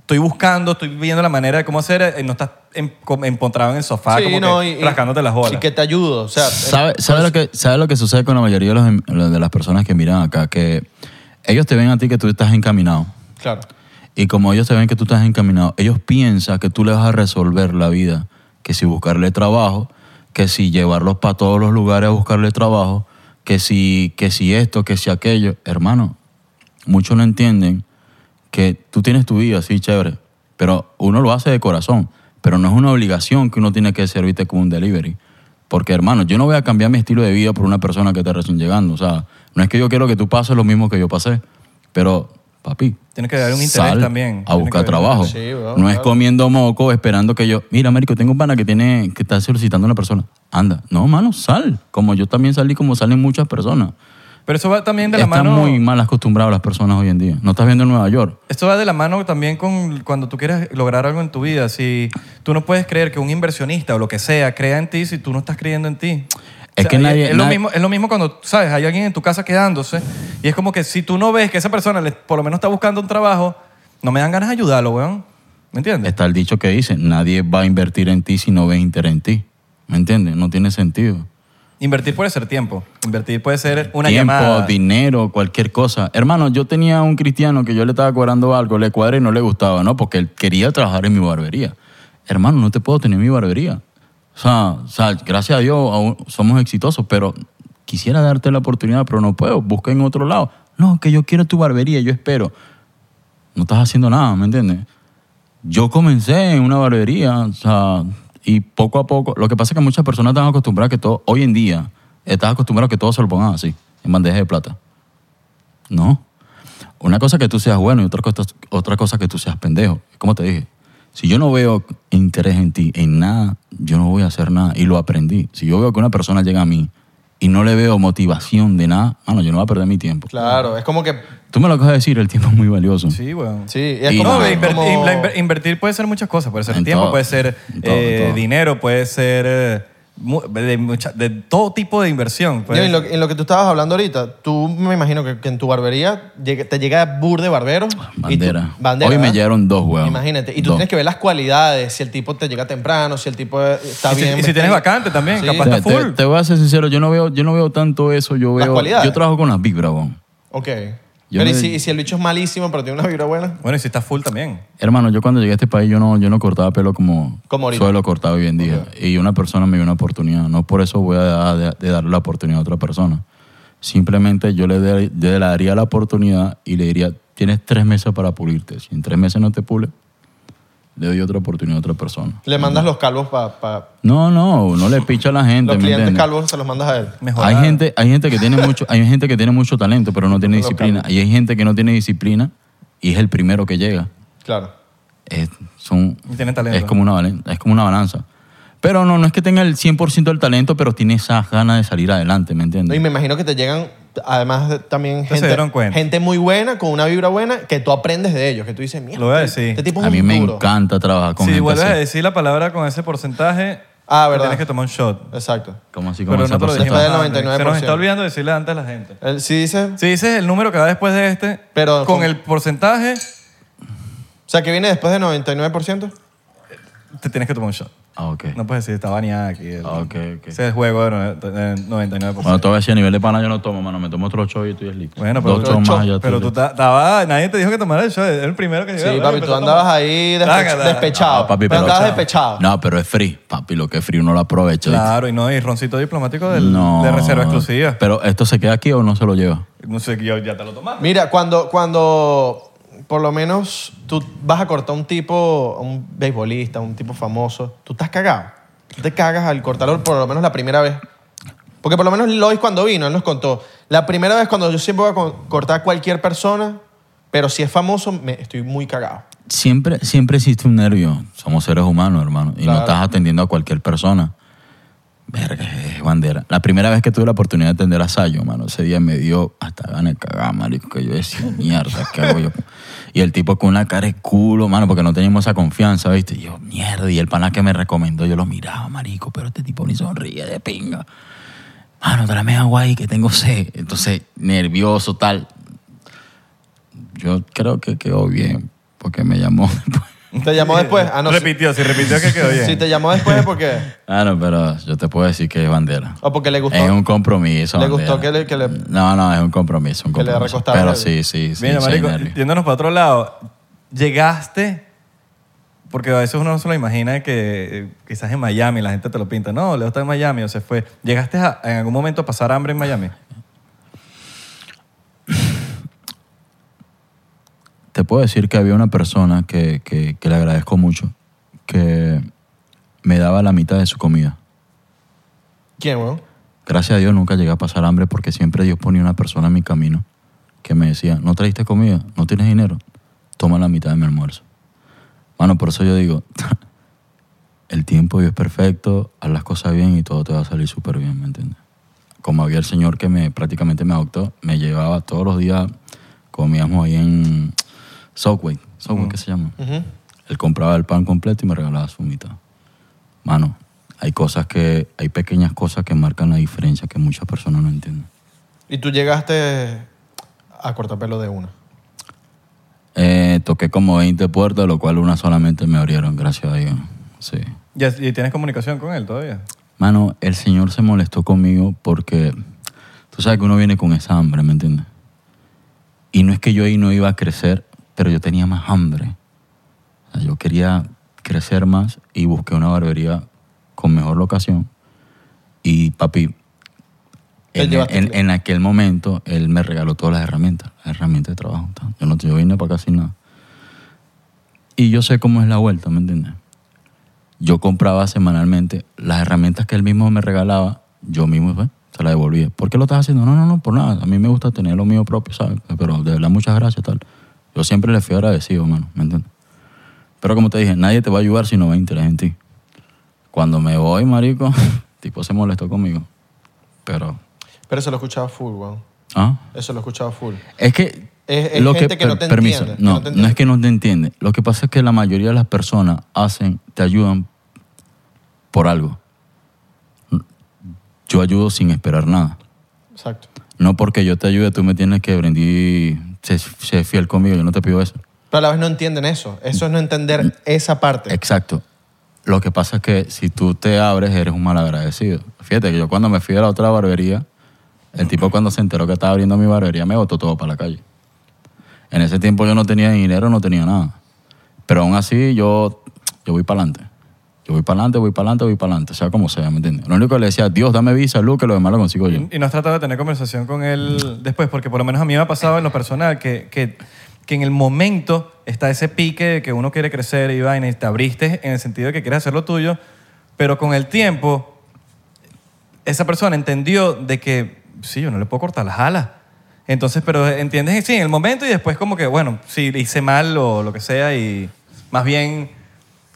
C: estoy buscando, estoy viendo la manera de cómo hacer, eh, no estás em- com- empotrado en el sofá como que rascándote las bolas.
B: Y que te ayudo. O sea,
A: ¿Sabes sabe lo, que- sabe lo que sucede con la mayoría de, los em- de las personas que miran acá? Que ellos te ven a ti que tú estás encaminado.
B: claro.
A: Y como ellos te ven que tú estás encaminado, ellos piensan que tú le vas a resolver la vida. Que si buscarle trabajo, que si llevarlos para todos los lugares a buscarle trabajo, que si, que si esto, que si aquello. Hermano, muchos no entienden que tú tienes tu vida, sí, chévere. Pero uno lo hace de corazón. Pero no es una obligación que uno tiene que servirte como un delivery. Porque, hermano, yo no voy a cambiar mi estilo de vida por una persona que está recién llegando. O sea, no es que yo quiero que tú pases lo mismo que yo pasé. Pero, papi,
C: Tiene que haber un interés
A: Sal
C: también. Tiene
A: A
C: que
A: buscar
C: haber-
A: trabajo.
B: Sí, bro,
A: no es comiendo moco esperando que yo. Mira, Américo, tengo un pana que tiene, que está solicitando a una persona. Anda. No, mano, sal. Como yo también salí, como salen muchas personas.
C: Pero eso va también de la
A: Están
C: mano...
A: muy mal acostumbradas las personas hoy en día. No estás viendo en Nueva York.
C: Esto va de la mano también con cuando tú quieres lograr algo en tu vida. Si tú no puedes creer que un inversionista o lo que sea crea en ti si tú no estás creyendo en ti.
A: Es que nadie-
C: es, lo
A: nadie-
C: mismo, es lo mismo cuando, ¿sabes? Hay alguien en tu casa quedándose y es como que si tú no ves que esa persona le- por lo menos está buscando un trabajo, no me dan ganas de ayudarlo, weón. ¿Me entiendes?
A: Está el dicho que dice: nadie va a invertir en ti si no ves interés en ti. ¿Me entiendes? No tiene sentido.
C: Invertir puede ser tiempo. Invertir puede ser una
A: tiempo,
C: llamada.
A: dinero, cualquier cosa. Hermano, yo tenía un cristiano que yo le estaba cobrando algo, le cuadré y no le gustaba, ¿no? Porque él quería trabajar en mi barbería. Hermano, no te puedo tener en mi barbería. O sea, o sea, gracias a Dios aún somos exitosos, pero quisiera darte la oportunidad, pero no puedo. Busca en otro lado. No, que yo quiero tu barbería, yo espero. No estás haciendo nada, ¿me entiendes? Yo comencé en una barbería, o sea, y poco a poco. Lo que pasa es que muchas personas están acostumbradas que todo, hoy en día, estás acostumbrado a que todo se lo pongan así, en bandeja de plata. No. Una cosa es que tú seas bueno y otra cosa, otra cosa es que tú seas pendejo. Como te dije, si yo no veo interés en ti, en nada, yo no voy a hacer nada. Y lo aprendí. Si yo veo que una persona llega a mí y no le veo motivación de nada, mano, yo no voy a perder mi tiempo.
B: Claro. Es como que
A: Tú me lo acabas de decir, el tiempo es muy valioso.
C: Sí, weón.
B: Sí, y es
A: Y-
B: como,
C: No,
A: Claro.
C: de inver-
B: como-
C: in- la inver- invertir puede ser muchas cosas. Puede ser
A: En
C: tiempo,
A: todo.
C: puede ser
A: En todo,
C: eh,
A: en todo.
C: dinero, puede ser eh, mu- de, mucha- de todo tipo de inversión. pues.
B: Yo, en, lo, en lo que tú estabas hablando ahorita, tú me imagino que, que en tu barbería llegue- te llega bur de barberos. y tú-
A: Bandera.
B: bandera,
A: Hoy me
B: ¿verdad?
A: llegaron dos, weón.
B: Imagínate. Y tú
A: Dos.
B: tienes que ver las cualidades, si el tipo te llega temprano, si el tipo está
C: Y si-
B: bien.
C: y si tienes vacante también, capaz
A: Te-
C: está
A: te,
C: full.
A: te voy a ser sincero, yo no veo, yo no veo tanto eso. Yo
B: Las
A: veo.
B: cualidades.
A: Yo trabajo con las vibras, weón.
B: Ok.
A: Yo
B: pero ¿y,
A: me-
B: si, y si el bicho es malísimo, pero tiene una vibra buena?
C: Bueno, y si estás full también.
A: Hermano, yo cuando llegué a este país, yo no, yo no cortaba pelo como,
B: Como ahorita.
A: suelo cortar hoy en día. Y una persona me dio una oportunidad. No por eso voy a dejar de, de darle la oportunidad a otra persona. Simplemente yo le, de- yo le daría la oportunidad y le diría, tienes tres meses para pulirte. Si en tres meses no te pules, le doy otra oportunidad a otra persona.
B: Le
C: Mm.
B: mandas los calvos para.
A: No, no, no le picha a la gente.
B: los
A: ¿me
B: clientes
A: entiendes?
B: calvos se los mandas a él.
C: Mejor.
A: Hay gente, hay gente que tiene mucho, hay gente que tiene mucho talento, pero no tiene
B: Local.
A: disciplina. Y hay gente que no tiene disciplina y es el primero que llega.
B: Claro.
A: Es, son,
C: Y tienen talento.
A: es como una balen- es como una balanza. Pero no, no es que tenga el 100% del talento, pero tiene esas ganas de salir adelante, ¿me
B: No, Y
A: entiendes?
B: me imagino que te llegan, además de- también
C: Mm. Entonces se
B: gente,
C: dieron cuenta.
B: gente muy buena, con una vibra buena, que tú aprendes de ellos, que tú dices, mierda,
C: Lo voy a
B: este-
C: decir.
B: este tipo es
A: A mí
B: un
A: me
B: duro".
A: encanta trabajar con
C: si
A: gente
C: vuelves a
A: así.
C: decir la palabra con ese porcentaje,
B: Ah,
C: te
B: verdad.
C: tienes que tomar un shot.
B: Exacto.
A: ¿Cómo así? ¿Cómo
C: Pero
A: esa
C: no te lo
A: persona?
C: dijimos.
B: Después del
C: antes. Se nos
B: 99%.
C: está olvidando decirle antes a la gente.
B: Él sí dice.
C: Si dices el número que va después de este,
B: Pero
C: con
B: con-
C: el porcentaje,
B: O sea, que viene después de 99%.
C: te tienes que tomar un shot.
A: Ah, ok.
C: No puedes decir, está baneada aquí. El-
A: Ah, ok, ok.
C: Ese es el juego de no- de 99%.
A: Bueno, te voy a decir, a nivel de pana yo no tomo, mano. Me tomo otro show y estoy listo.
C: Bueno, pero,
A: Dos shows más y ya estoy
C: pero tú
A: listo.
C: ta- estaba, nadie te dijo que tomara el show, era el primero que
B: Sí,
C: llegó,
B: papi,
C: empezó
B: tú
C: a tomar.
B: andabas ahí despe-
C: Tácata.
B: despechado.
A: No, Ah, papi,
B: pero
A: pero
B: andabas
A: chao.
B: despechado.
A: No, pero es free. Papi, lo que es free uno lo aprovecha. ¿viste?
C: Claro, y no, y roncito diplomático del-
A: no.
C: de reserva exclusiva.
A: Pero esto se queda aquí o no se lo lleva.
C: No sé, yo ya te lo tomaste.
B: Mira, cuando, cuando por lo menos tú vas a cortar a un tipo, a un beisbolista, a un tipo famoso, tú estás cagado. Tú te cagas al cortarlo por lo menos la primera vez. Porque por lo menos Lois cuando vino, él nos contó. La primera vez cuando yo siempre voy a co- cortar a cualquier persona, pero si es famoso, me, estoy muy cagado.
A: Siempre, siempre existe un nervio. Somos seres humanos, hermano. Y
B: Claro.
A: no estás atendiendo a cualquier persona. Verga, es bandera. La primera vez que tuve la oportunidad de atender a Sayo, mano, ese día me dio hasta ganas de cagar, marico, que yo decía, mierda, ¿qué hago yo? Y el tipo con una cara de culo, mano, porque no teníamos esa confianza, ¿viste? Y yo, mierda, y el pana que me recomendó, yo lo miraba, marico, pero este tipo ni sonríe de pinga. Mano, tráeme agua ahí que tengo sed. Entonces, nervioso, tal. Yo creo que quedó bien, porque me llamó <laughs> después.
B: Te llamó después. Ah, no, si,
C: repitió, si repitió que
B: <laughs>
C: quedó bien.
B: si te llamó después es porque,
A: Claro, Ah, pero yo te puedo decir que es bandera.
B: o porque le gustó.
A: Es un compromiso.
B: ¿Le
A: bandera.
B: gustó que le- que le-
A: No, no, es un compromiso. Un
B: Que le
A: compromiso.
B: recostaron
A: Pero
B: el-
A: sí, sí, sí.
C: Mira,
A: sí,
C: marico,
A: hay nervios.
C: yéndonos para otro lado, llegaste, porque a veces uno no se lo imagina que eh, quizás en Miami la gente te lo pinta. No, Leo está en Miami o se fue. ¿Llegaste a- en algún momento a pasar hambre en Miami?
A: Te puedo decir que había una persona que, que- que le agradezco mucho, que me daba la mitad de su comida.
B: ¿Quién, weón?
A: Gracias a Dios nunca llegué a pasar hambre porque siempre Dios ponía una persona en mi camino que me decía, no trajiste comida, no tienes dinero, toma la mitad de mi almuerzo. Mano, por eso yo digo, <laughs> el tiempo de Dios es perfecto, haz las cosas bien y todo te va a salir súper bien, ¿me entiendes? Como había el Señor que me prácticamente me adoptó, me llevaba todos los días, comíamos ahí en Subway, Subway, ¿qué se llama?
B: Ujú.
A: Él compraba el pan completo y me regalaba su mitad. Mano, hay cosas que, hay pequeñas cosas que marcan la diferencia que muchas personas no entienden.
B: Y tú llegaste a cortar pelo de una.
A: Eh, toqué como 20 puertas, lo cual una solamente me abrieron, gracias a Dios. Sí.
C: ¿Y, es- y tienes comunicación con él todavía?
A: Mano, el Señor se molestó conmigo porque tú sabes que uno viene con esa hambre, ¿me entiendes? Y no es que yo ahí no iba a crecer, pero yo tenía más hambre. O sea, yo quería crecer más y busqué una barbería con mejor locación. Y papi,
B: Te
A: en,
B: llevaste
A: en-
B: cliente.
A: en aquel momento él me regaló todas las herramientas, las herramientas de trabajo. tal. Yo no yo vine para acá sin nada. Y yo sé cómo es la vuelta, ¿me entiendes? Yo compraba semanalmente las herramientas que él mismo me regalaba, yo mismo pues, se las devolvía. ¿Por qué lo estás haciendo? No, no, no, por nada. A mí me gusta tener lo mío propio, ¿sabes? Pero de verdad, muchas gracias, tal. Yo siempre le fui agradecido, mano, ¿me entiendes? Pero como te dije, nadie te va a ayudar si no va a interés en ti. Cuando me voy, marico, <laughs> tipo se molestó conmigo. Pero,
B: Pero eso lo escuchaba full, weón.
A: ¿ah?
B: Eso lo escuchaba full.
A: Es que...
B: Es- es gente que no te entiende, que
A: No,
B: no te
A: no es que no te entiende. Lo que pasa es que la mayoría de las personas hacen, te ayudan por algo. Yo ayudo sin esperar nada.
B: Exacto.
A: No porque yo te ayude, tú me tienes que brindar, sé, sé fiel conmigo, yo no te pido eso.
B: Pero a la vez no entienden eso. Eso es no entender esa parte.
A: Exacto. Lo que pasa es que si tú te abres, eres un mal agradecido. Fíjate que yo cuando me fui a la otra barbería, el tipo cuando se enteró que estaba abriendo mi barbería me botó todo para la calle. En ese tiempo yo no tenía dinero, no tenía nada. Pero aún así yo, yo voy para adelante. Yo voy para adelante, voy para adelante, voy para adelante, sea como sea, ¿me entiendes? Lo único que le decía, Dios, dame visa, luz, que lo demás lo consigo yo.
C: Y no has tratado de tener conversación con él después, porque por lo menos a mí me ha pasado en lo personal que, que, que en el momento está ese pique de que uno quiere crecer y vaina, y te abriste en el sentido de que quieres hacer lo tuyo, pero con el tiempo esa persona entendió de que sí, yo no le puedo cortar las alas. Entonces, pero entiendes, sí, en el momento y después como que, bueno, sí, hice mal o lo que sea y más bien,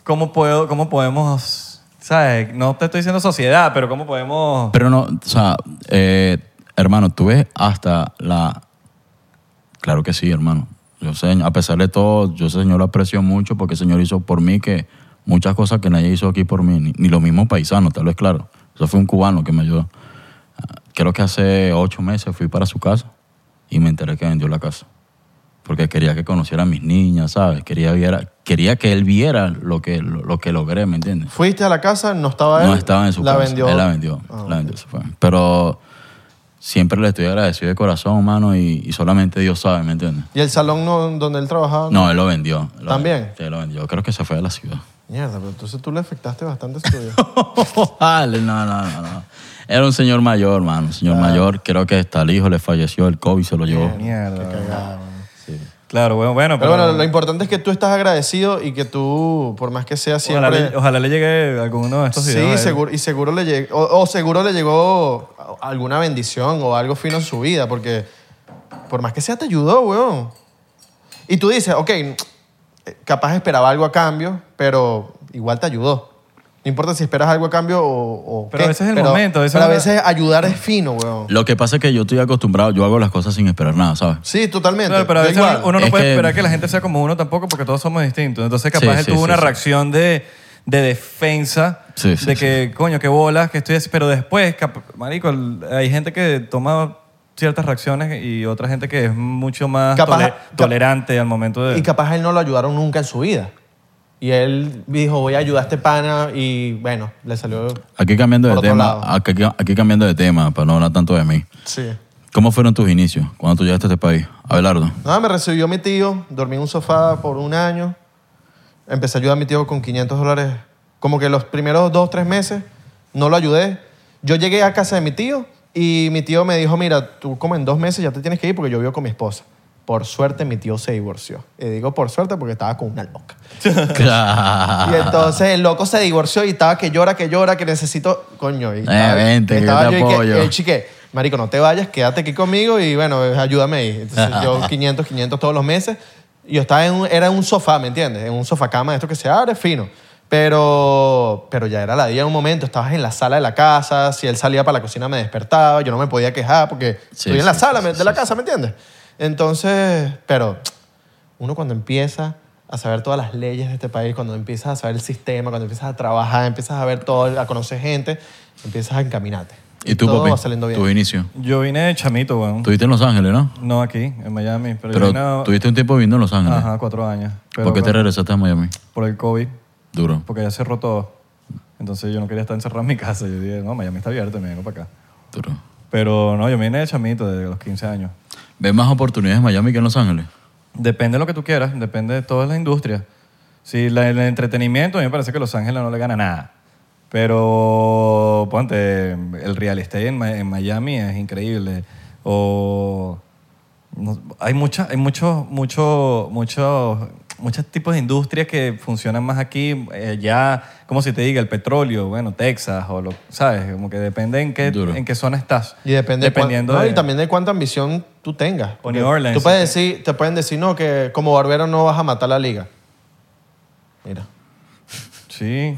C: ¿cómo, puedo, cómo podemos, sabes? No te estoy diciendo sociedad, pero ¿cómo podemos...
A: Pero no, o sea, eh, hermano, tú ves hasta la... Claro que sí, hermano. Yo sé, a pesar de todo, yo ese señor lo aprecio mucho porque el señor hizo por mí que muchas cosas que nadie hizo aquí por mí, ni, ni los mismos paisanos, tal vez, claro. Eso fue un cubano que me ayudó. Ah, Creo que hace ocho meses fui para su casa y me enteré que vendió la casa. porque quería que conociera a mis niñas, ¿sabes? Quería, viera- quería que él viera lo que, lo, lo que logré, ¿me entiendes?
B: Fuiste a la casa, no estaba él.
A: No estaba en su
B: la
A: casa.
B: Vendió.
A: Él la vendió.
B: Ah,
A: la vendió, se fue. Pero siempre le estoy agradecido de corazón, mano, y, y solamente Dios sabe, ¿me entiendes?
B: ¿Y el salón no- donde él trabajaba?
A: No, él lo vendió. Él lo
B: ¿También?
A: vendió. Sí, lo vendió. Creo que se fue de la
B: <laughs>
A: ciudad.
B: Mierda, pero entonces tú le afectaste bastante
A: <laughs>
B: su vida.
A: Dale, no, no, no, no. Era un señor mayor, mano. Un
B: Ah.
A: señor mayor. Creo que está el hijo, le falleció el COVID, se lo llevó.
C: Mierda. Claro, bueno, bueno
B: Pero
C: pero,
B: bueno, lo importante es que tú estás agradecido y que tú, por más que sea
C: ojalá,
B: siempre...
C: le, ojalá le llegue alguno de estos videos. a
B: Sí,
C: él.
B: seguro, y seguro le llegó, o, o seguro le llegó a- alguna bendición o algo fino en su vida, porque por más que sea te ayudó, weón. Y tú dices, ok, eh, capaz esperaba algo a cambio, pero igual te ayudó. No importa si esperas algo a cambio o, o
C: Pero
B: qué,
C: ese es el momento, ese
B: pero a
C: es una-
B: veces ayudar es fino, weón.
A: Lo que pasa es que yo estoy acostumbrado, yo hago las cosas sin esperar nada, ¿sabes?
B: Sí, totalmente.
C: Claro, pero a
B: Yo
C: veces
B: igual.
C: uno no
A: Es
C: puede
A: que-
C: esperar que la gente sea como uno tampoco porque todos somos distintos. Entonces capaz
A: Sí,
C: él
A: sí,
C: tuvo
A: sí,
C: una
A: sí.
C: reacción de, de defensa,
A: Sí, sí,
C: de que, coño, qué bolas, que estoy así. Pero después, cap- marico, el- hay gente que toma ciertas reacciones y otra gente que es mucho más
B: Capaz-
C: tole-
B: cap-
C: tolerante al momento de...
B: Y capaz a él no lo ayudaron nunca en su vida. Y él dijo, voy a ayudar a este pana y bueno, le salió...
A: Aquí cambiando de
B: Por otro
A: tema,
B: lado.
A: aquí, aquí cambiando de tema, para no hablar tanto de mí.
B: Sí.
A: ¿Cómo fueron tus inicios cuando tú llegaste a este país?
B: <laughs>
A: Abelardo. <laughs>
B: Nada, Ah, me recibió mi tío, dormí en un sofá por un año. Empecé a ayudar a mi tío con 500 dólares. Como que los primeros dos, tres meses no lo ayudé. Yo llegué a casa de mi tío y mi tío me dijo, mira, tú como en dos meses ya te tienes que ir porque yo vivo con mi esposa. Por suerte mi tío se divorció. Y digo por suerte porque estaba con una loca.
A: <laughs> Claro.
B: Y entonces el loco se divorció y estaba que llora, que llora, que necesito. Coño, y estaba-
A: Eh, vente, que yo te
B: y
A: apoyo.
B: que, el chique, marico, no te vayas, quédate aquí conmigo y bueno, ayúdame ahí. Entonces
A: <laughs>
B: yo 500, 500 todos los meses. Y Yo estaba en un, era en un sofá, ¿me entiendes? En un sofá cama, esto que se abre, fino. Pero, pero ya era la día en un momento, estabas en la sala de la casa, si él salía para la cocina me despertaba, yo no me podía quejar porque
A: Sí,
B: estoy en la
A: sí,
B: sala
A: sí,
B: me- de
A: sí,
B: la
A: sí.
B: casa, ¿me entiendes? Entonces, pero uno cuando empieza a saber todas las leyes de este país, cuando empiezas a saber el sistema, cuando empiezas a trabajar, empiezas a ver todo, a conocer gente, empiezas a encaminarte.
A: ¿Y tú,
B: todo
A: papi?
B: va saliendo bien.
A: Tus inicios.
C: Yo vine de chamito, weón.
A: Estuviste en Los Ángeles, ¿no?
C: No aquí, en Miami, pero, yo
A: Pero
C: vine a-
A: tuviste un tiempo viviendo en Los Ángeles.
C: Ajá, cuatro años. Pero
A: ¿Por qué te
C: bueno,
A: regresaste a Miami?
C: Por el COVID.
A: Duro.
C: porque ya cerró todo. Entonces yo no quería estar encerrado en mi casa. Yo dije, no, Miami está abierto y me vengo para acá.
A: Duro.
C: Pero no, yo me vine de chamito desde los 15 años.
A: ¿Ves más oportunidades en Miami que en Los Ángeles?
C: Depende de lo que tú quieras, depende de todas las industrias. Si la- el entretenimiento, a mí me parece que Los Ángeles no le gana nada. Pero, ponte, el real estate en, Ma- en Miami es increíble. O. no- hay mucha, hay muchos, muchos, muchos, muchos tipos de industrias que funcionan más aquí, eh, ya, como si te diga, el petróleo, bueno, Texas, o lo, ¿sabes? Como que depende en qué,
A: Duro.
C: en qué zona estás.
B: Y depende de cuán-
C: Dependiendo
B: no,
C: de-
B: y también de cuánta ambición tú tengas.
C: O
B: Porque
C: New Orleans,
B: Tú puedes decir, te pueden decir, no, que como barbero no vas a matar la liga. Mira.
C: Sí.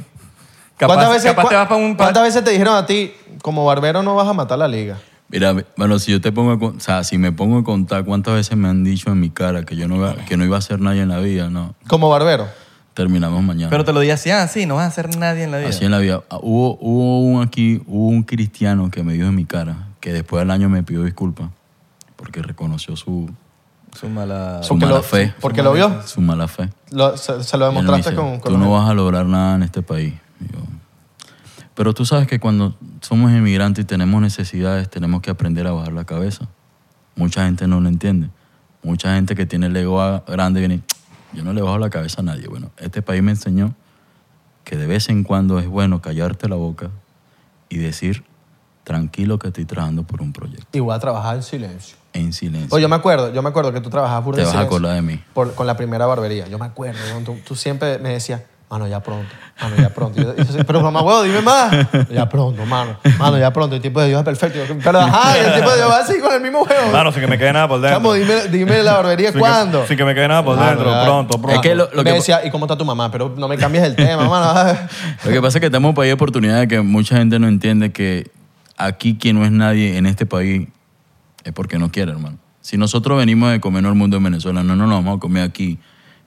C: Capaz, capaz
B: cua-
C: te vas para un...
B: ¿Cuántas veces te dijeron a ti, como barbero no vas a matar la liga?
A: Mira, bueno, si yo te pongo, a con- o sea, si me pongo a contar cuántas veces me han dicho en mi cara que yo no, iba- que no iba a ser nadie en la vida, no.
B: Como barbero.
A: Terminamos mañana.
C: Pero te lo di así, ah, sí, no vas a hacer nadie en la vida.
A: Así en la vida. Ah, Hubo, hubo un aquí, hubo un cristiano que me dijo en mi cara que después del año me pidió disculpas porque reconoció su,
C: Su mala...
A: Su-
B: Porque
A: mala
B: lo,
A: fe.
B: Porque lo vio.
A: su mala fe.
B: Lo- se, se lo
A: Y él me
B: demostraste
A: dice,
B: con... con
A: Tú
B: los-
A: no vas a lograr nada en este país. Y yo, pero tú sabes que cuando somos inmigrantes y tenemos necesidades, tenemos que aprender a bajar la cabeza. Mucha gente no lo entiende. Mucha gente que tiene el ego a- grande viene, yo no le bajo la cabeza a nadie. Bueno, este país me enseñó que de vez en cuando es bueno callarte la boca y decir, tranquilo que estoy trabajando por un proyecto,
B: Y voy a trabajar en silencio.
A: en silencio.
B: Oye, yo me acuerdo, yo me acuerdo que tú trabajabas burda
A: Te
B: en
A: vas a
B: silencio
A: acordar de mí.
B: por- con la primera barbería. Yo me acuerdo, ¿no? tú, tú siempre me decías, mano, ya pronto, mano, ya pronto. Y yo- y yo, pero mamá, huevo, dime más. Ya pronto, mano, mano, ya pronto. El tipo de Dios es perfecto. Y yo, pero ajá, el tipo de Dios va así con el mismo huevo.
C: Claro, sin que me quede nada por dentro.
B: Chamo, dime, dime la barbería
C: Sin que-
B: cuándo.
C: sin que me quede nada por
B: Mano,
C: dentro,
B: ya.
C: pronto, pronto.
A: Es que lo- lo
B: me
A: que-
B: decía, ¿y cómo está tu mamá? Pero no me cambies el tema, mano. <laughs>
A: Lo que pasa es que estamos en un país de oportunidades que mucha gente no entiende que aquí quien no es nadie en este país es porque no quiere, hermano. Si nosotros venimos de comer el mundo en Venezuela, no, no, no, vamos a comer aquí,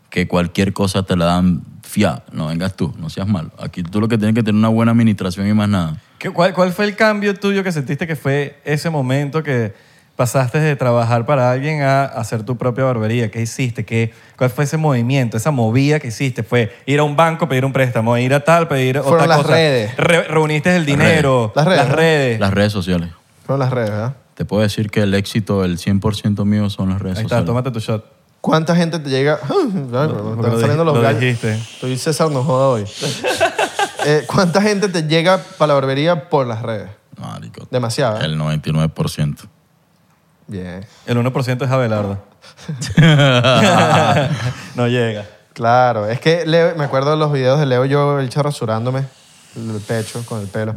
A: que cualquier cosa te la dan fiá. No, vengas tú, no seas malo. Aquí tú lo que tienes que tener una buena administración y más nada.
C: ¿Qué- cuál, cuál fue el cambio tuyo que sentiste que fue ese momento que pasaste de trabajar para alguien a hacer tu propia barbería? ¿Qué hiciste? ¿Qué, ¿Cuál fue ese movimiento, esa movida que hiciste? ¿Fue ir a un banco, pedir un préstamo, ir a tal, pedir
B: Fueron
C: otra
B: las
C: cosa?
B: redes.
C: Re- ¿Reuniste el dinero?
B: Las redes. Las redes,
C: Las
B: ¿no?
C: redes.
A: Las redes sociales.
B: Fueron las redes, ¿verdad?
A: Te puedo decir que el éxito, el 100% mío, son las redes
C: Ahí está,
A: sociales.
C: tómate tu shot.
B: ¿Cuánta gente te llega? <laughs>
C: lo
B: Están
C: dij-
B: saliendo los
C: lo
B: gallos.
C: dijiste.
B: Estoy César, no joda
C: <laughs>
B: hoy. Eh, ¿Cuánta gente te llega para la barbería por las redes?
A: Marico,
B: Demasiada.
A: El <laughs> 99%.
B: Bien.
C: El 1% es Abelardo.
B: Ah.
C: <laughs> no llega.
B: Claro, es que Leo- me acuerdo de los videos de Leo yo el charro rasurándome el pecho con el pelo.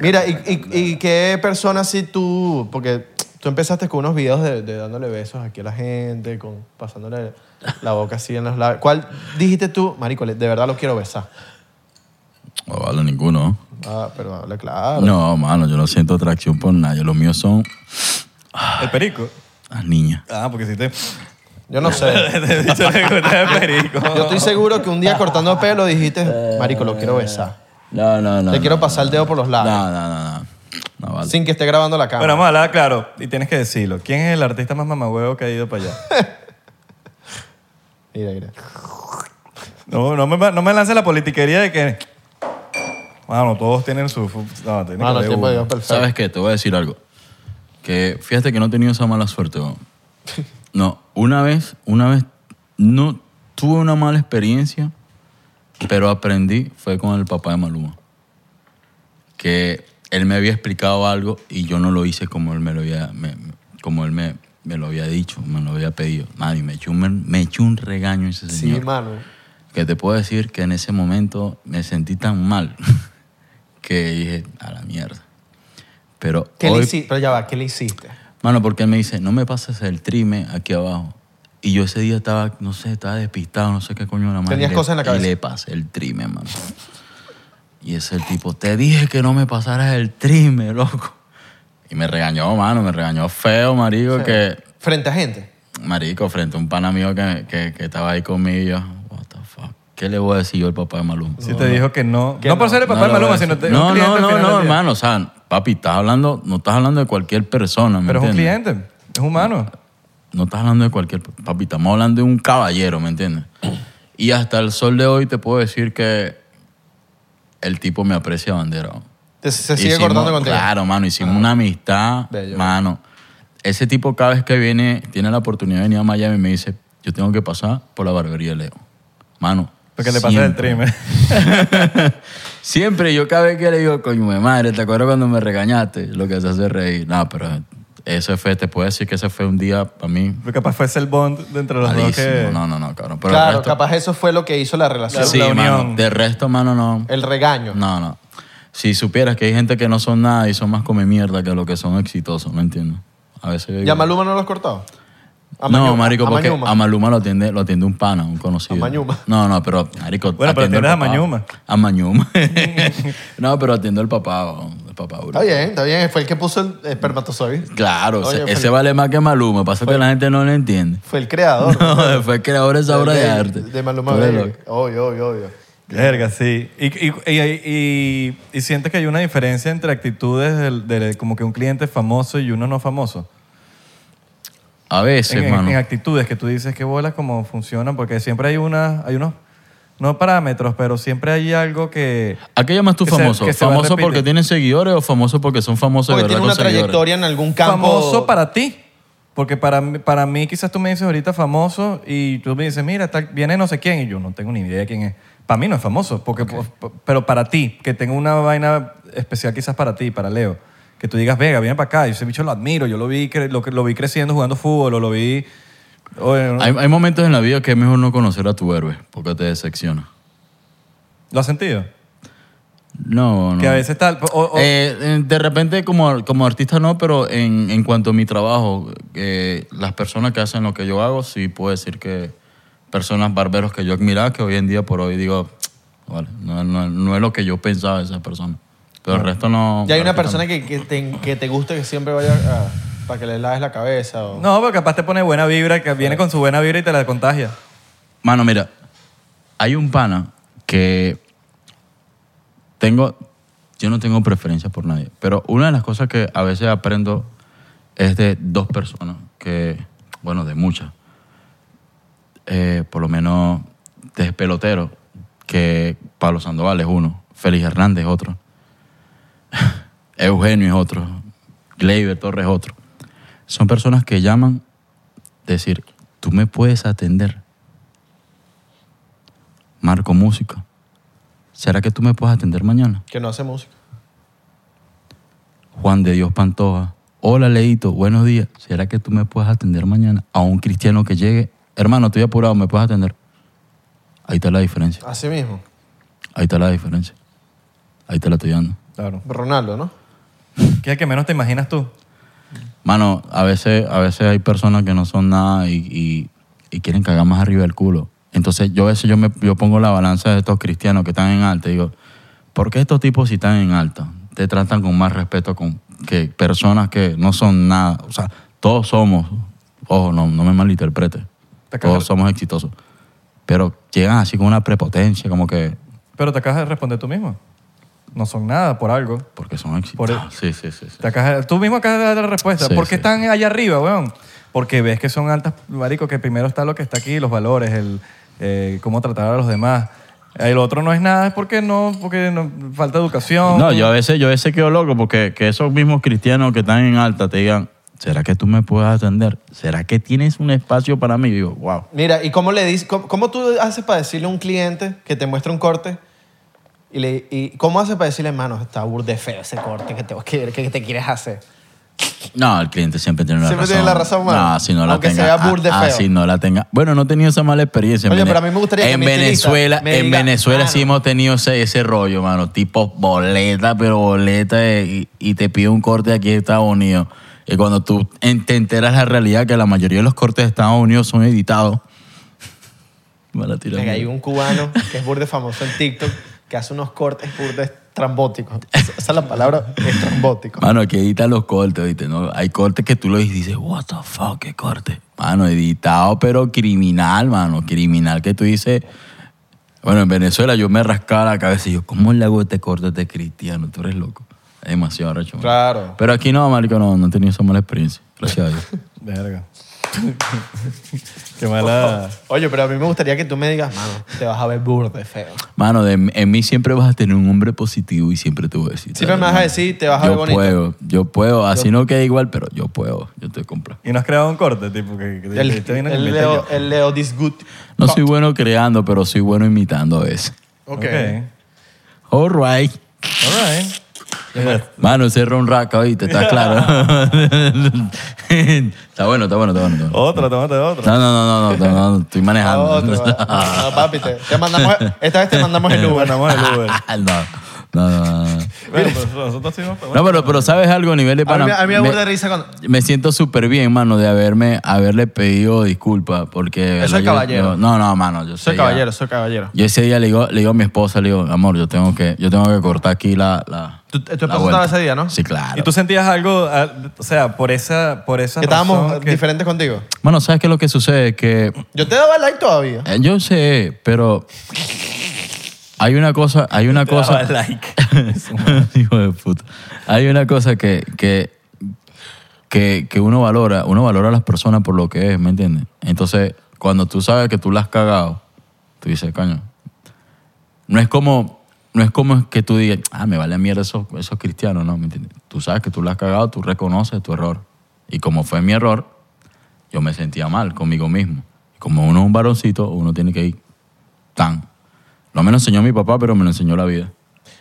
B: Mira, y, y- y qué persona si tú, porque tú empezaste con unos videos de, de dándole besos aquí a la gente, con pasándole la boca así en los labios. ¿Cuál dijiste tú, marico, le- de verdad lo quiero besar?
A: No vale ninguno.
B: Ah, pero habla claro.
A: No, mano, yo no siento atracción por nadie. Los míos son
C: El perico.
A: las niñas.
C: Ah, porque si te. <laughs>
B: Yo no sé.
C: Te he dicho que gusta el perico.
B: Yo estoy seguro que un día cortando pelo dijiste, marico, lo quiero besar.
A: No, no, no.
B: Le
A: no,
B: quiero
A: no,
B: pasar el dedo por los
A: No,
B: labios.
A: no, no. No, no vale.
B: Sin que esté grabando la
C: Bueno,
B: cámara.
C: vamos a hablar claro. Y tienes que decirlo. ¿Quién es el artista más mamagüevo que ha ido para allá?
B: Mira, mira.
C: No, no me, no me lances la politiquería de que. Mano, todos tienen su. fu- No, tiene que
B: Mano,
C: haber
B: el Ah, tiempo
C: uno.
B: de Dios perfecto.
A: ¿Sabes qué? Te voy a decir algo. Que fíjate que no he tenido esa mala suerte.
B: <laughs>
A: weón. No, una vez, una vez, no tuve una mala experiencia, pero aprendí, fue con el papá de Maluma. Que él me había explicado algo y yo no lo hice como él me lo había, me- me- como él me, me lo había dicho, me lo había pedido. Nadie, me echó un, me echó un regaño ese
B: Sí,
A: señor
B: mano.
A: que te puedo decir que en ese momento me sentí tan mal <laughs> que dije, a la mierda. Pero
B: ¿Qué
A: hoy,
B: le hiciste? Pero ya va, ¿qué le hiciste?
A: mano, porque él me dice, no me pases el trime aquí abajo. Y yo ese día estaba, no sé, estaba despistado, no sé qué coño de la madre.
B: Tenías
A: Le-
B: cosas en la cabeza.
A: Y le pasé el trime, mano. Y ese tipo, te dije que no me pasaras el trime, loco. Y me regañó, mano, me regañó feo, marico, que
B: Frente a gente.
A: Marico, frente a un pana mío que, que, que estaba ahí conmigo, y yo, what the fuck, ¿qué le voy a decir yo al papá de Maluma?
C: Si te dijo que no.
B: Que
C: no, por
B: no.
C: ser el papá de
A: le voy
C: Maluma,
A: a decir.
C: sino te,
A: No,
C: un cliente
A: no,
C: al
A: no,
C: final
A: no,
C: del día.
A: hermano, o sea, papi, estás hablando, no estás hablando de cualquier persona, ¿me
C: Pero es un
A: entiendes?
C: cliente, es humano.
A: No estás hablando de cualquier, papi, estamos hablando de un caballero, ¿me entiendes? Y hasta el sol de hoy te puedo decir que el tipo me aprecia bandera. ¿no?
B: Te- se sigue
A: Hicimos-
B: cortando contigo.
A: Claro, mano,
C: Ah.
A: hicimos una amistad,
B: Bello.
A: mano. Ese tipo cada vez que viene, tiene la oportunidad de venir a Miami y me dice, yo tengo que pasar por la barbería de Leo. Mano.
C: Porque le pasas el
A: siempre.
C: trimmer.
A: <laughs> Siempre yo cada vez que le digo, coño de madre, ¿te acuerdas cuando me regañaste? Lo que se hace reír. No, pero ese fue, te puedo decir que ese fue un día para mí
C: Porque capaz fue el bond de entre los dos que.
A: malísimo. No, no, no, cabrón. Pero el
B: claro,
A: resto-
B: capaz eso fue lo que hizo la relación.
A: Sí,
C: La unión.
A: mano. De resto, mano, no.
B: El regaño.
A: No, no. Si supieras que hay gente que no son nada y son más come mierda que lo que son exitosos, ¿me entiendes? A veces yo
B: ¿Y a
A: digo-
B: Maluma no lo has cortado? A
A: no,
B: Mañuma,
A: marico,
B: a
A: porque
B: Mañuma.
A: a Maluma lo atiende, lo atiende un pana, un conocido.
B: A Mañuma.
A: No, no, pero marico,
C: Bueno, pero
A: atiende el
C: atiendes a
A: papá.
C: Mañuma.
A: A Mañuma. <laughs> no, pero atiendo al papá, weón, el papá. bro.
B: Está bien, está bien. Fue el que puso el espermatozoide.
A: Claro,
B: Oye,
A: se-
B: Felipe.
A: ese vale más que Maluma, pasa que la gente no lo entiende. <laughs>
B: Fue el creador.
A: No, fue el creador de esa obra de
B: de
A: arte.
B: De Maluma
A: Tú eres
B: Baby.
A: loco.
B: Obvio, obvio, obvio.
C: Verga, sí. Y, y, y, y- y sientes que hay una diferencia entre actitudes del- de como que un cliente famoso y uno no famoso.
A: A veces,
C: en, en-
A: mano.
C: en actitudes que tú dices que bolas como funcionan, porque siempre hay unas, hay unos, no parámetros, pero siempre hay algo que.
A: ¿A qué llamas tú
C: que se-
A: famoso?
C: que se va
A: ¿Famoso
C: repite.
A: porque tienen seguidores o famoso porque son famosos de
B: Porque
A: verdad
B: tiene una
A: con seguidores?
B: trayectoria en algún campo.
C: Famoso para ti. Porque para mí, para mí quizás tú me dices ahorita famoso y tú me dices, mira, tal- viene no sé quién y yo no tengo ni idea de quién es. Para mí no es famoso, porque, po- po- pero para ti, que tengo una vaina especial quizás para ti, para Leo, que tú digas, Vega, viene para acá, yo ese bicho lo admiro, yo lo vi, cre- lo, que- lo vi creciendo jugando fútbol, o lo vi... o, eh,
A: Hay, hay momentos en la vida que es mejor no conocer a tu héroe porque te decepciona.
C: ¿Lo has sentido?
A: No, no.
C: Que a veces tal... o-
B: Oh.
C: o-
A: Mm. Eh, eh, de repente, como, como artista, no, pero en, en cuanto a mi trabajo, eh, las personas que hacen lo que yo hago, sí puedo decir que personas barberos que yo admiraba, que hoy en día por hoy digo, vale, no, no- no es lo que yo pensaba de esa persona. Pero el resto no.
B: Ah. Ya hay una
A: artista
B: persona que, que, te, que te guste que siempre vaya a- para que le laves la cabeza. O...
C: No, pero capaz te pone buena vibra, que viene con su buena vibra y te la contagia.
A: no. Mano, mira, hay un pana que tengo. Yo no tengo preferencia por nadie, pero una de las cosas que a veces aprendo es de dos personas que, bueno, de muchas. Eh, por lo menos de pelotero, que Pablo Sandoval es uno, Félix Hernández es otro, <laughs> Eugenio es otro, Gleyber Torres es otro. Son personas que llaman decir, tú me puedes atender. Marco Música. ¿Será que tú me puedes atender mañana?
B: Que no hace música.
A: Juan de Dios Pantoja. Hola, Leito, buenos días. ¿Será que tú me puedes atender mañana a un cristiano que llegue? Hermano, estoy apurado, ¿me puedes atender? Ahí está la diferencia.
B: Así mismo.
A: Ahí está la diferencia. Ahí te la estoy dando.
C: Claro.
B: Ronaldo, ¿no?
C: ¿Qué es el que menos te imaginas tú?
A: Mano, a veces, a veces hay personas que no son nada y, y- y quieren cagar más arriba del culo. Entonces yo a veces yo, me, yo pongo la balanza de estos cristianos que están en alta y digo, ¿por qué estos tipos si están en alta te tratan con más respeto con, que personas que no son nada? O sea, todos somos, ojo, no, no me malinterprete,
C: Te acabas-
A: todos somos exitosos. Pero llegan así con una prepotencia, como que
C: Pero te acabas de responder tú mismo. No son nada por algo.
A: porque son
C: Por el-
A: exitosos. Sí, sí, sí. sí.
C: Te acabas de- tú mismo acabas de dar la respuesta.
A: Sí,
C: ¿Por qué
A: sí.
C: están allá arriba, weón? Porque ves que son altas, marico, que primero está lo que está aquí, los valores, el eh, cómo tratar a los demás. El otro no es nada, es porque no, porque no- falta educación.
A: No, yo a veces, yo a veces quedo loco porque que esos mismos cristianos que están en alta te digan, ¿será que tú me puedes atender? ¿Será que tienes un espacio para mí? Y digo, wow.
B: Mira, ¿y cómo le dices, cómo, cómo tú haces para decirle a un cliente que te muestra un corte? Y, le, y cómo haces para decirle, hermano, está burde feo ese corte que te, que, que te quieres hacer?
A: No, el cliente siempre tiene la
B: Siempre
A: razón.
B: tiene la razón, mano.
A: No, si no la
B: Aunque se
A: tenga.
B: vea burda y
A: ah, ah,
B: feo.
A: si no la tenga. Bueno, no he tenido esa mala experiencia. en
B: Oye,
A: Vene-
B: pero a mí me gustaría que
A: En
B: mi estilista
A: Venezuela,
B: me
A: en
B: diga,
A: Venezuela sí
B: mano.
A: hemos tenido ese, ese rollo, mano. Tipo boleta, pero boleta. eh, Y, y te pide un corte aquí de Estados Unidos. Y cuando tú en- te enteras la realidad que la mayoría de los cortes de Estados Unidos son editados. <laughs> Me la tira
B: Venga,
A: mía.
B: hay un cubano que es burde famoso en TikTok que hace unos cortes burdes trambóticos. Esa esa es la palabra, es trambótico.
A: Mano, que edita los cortes, ¿viste? ¿No? Hay cortes que tú lo ves y dices, what the fuck, qué corte. Mano, editado, pero criminal, mano. Criminal que tú dices. Bueno, en Venezuela yo me rascaba la cabeza y yo, ¿cómo le hago este corte a este cristiano? Tú eres loco. Es demasiado arrecho. mano.
B: Claro.
A: Pero aquí no, marico, no, no he tenido esa mala experiencia. Gracias a
B: <laughs>
A: Dios.
C: Verga. <laughs> Qué mala.
B: Oye, pero a mí me gustaría que tú me digas, mano, te vas a ver burde feo.
A: Mano, de- en mí siempre vas a tener un hombre positivo y siempre te voy a decir.
B: Siempre
A: "Dale,
B: me vas a
A: mano,
B: decir, te vas a ver
A: yo
B: bonito".
A: puedo, yo puedo. Así no queda igual, pero yo puedo. Yo te compro.
C: Y no has creado un corte, tipo, que, que-
B: El,
C: que te viene
B: el
C: con
B: Leo,
C: yo.
B: el Leo This Good.
A: No soy bueno creando, pero soy bueno imitando a veces.
B: Ok.
C: Ok.
A: All right.
C: All right.
A: Mano, ese ron raca, ¿viste? ¿Estás
B: <laughs>
A: claro? está bueno, está bueno, está bueno. Está bueno.
C: Otra, tómate otra.
A: No, no, no, no, no, no, Ah, no, estoy
B: A
A: manejando.
B: otro. eh. No, papi, te, te mandamos, esta vez te mandamos el Uber.
C: Mandamos el Uber.
A: <laughs> no, no, no, no.
C: Bueno, pues nosotros sí vamos para-
A: No, pero, pero sabes algo a nivel de
B: A mí,
A: pana.
B: a mí me
A: me-
B: aburre de risa cuando...
A: me siento súper bien, mano, de haberme, haberle pedido disculpas porque...
B: Eso es
A: yo-
B: caballero.
A: yo- no, no, mano, yo
B: Soy
A: sé ya-
B: caballero, soy caballero.
A: Yo ese día le digo, le digo a mi esposa, le digo, amor, yo tengo que, yo tengo que cortar aquí la... la
B: Tu- tu
A: la
B: esposa
A: vuelta".
B: estaba ese día, ¿no?
A: Sí, claro.
C: Y tú sentías algo, ah, o sea, por esa, por esa
B: Que estábamos
C: razón que-
B: diferentes contigo.
A: Bueno, ¿sabes qué es lo que sucede? Que
B: Yo te daba like todavía.
A: eh, yo sé, pero hay una cosa, hay una
C: Te daba
A: cosa...
C: like.
A: <laughs> Hijo de puta. Hay una cosa que, que, que, que uno valora, uno valora a las personas por lo que es, ¿me entiendes? Entonces, cuando tú sabes que tú la has cagado, tú dices, caño, no es como, no es como que tú digas, ah, me vale mierda esos, esos cristianos, ¿no? ¿Me entiendes? Tú sabes que tú la has cagado, tú reconoces tu error. Y como fue mi error, yo me sentía mal conmigo mismo. Como uno es un varoncito, uno tiene que ir tan. No me lo enseñó mi papá, pero me lo enseñó la vida.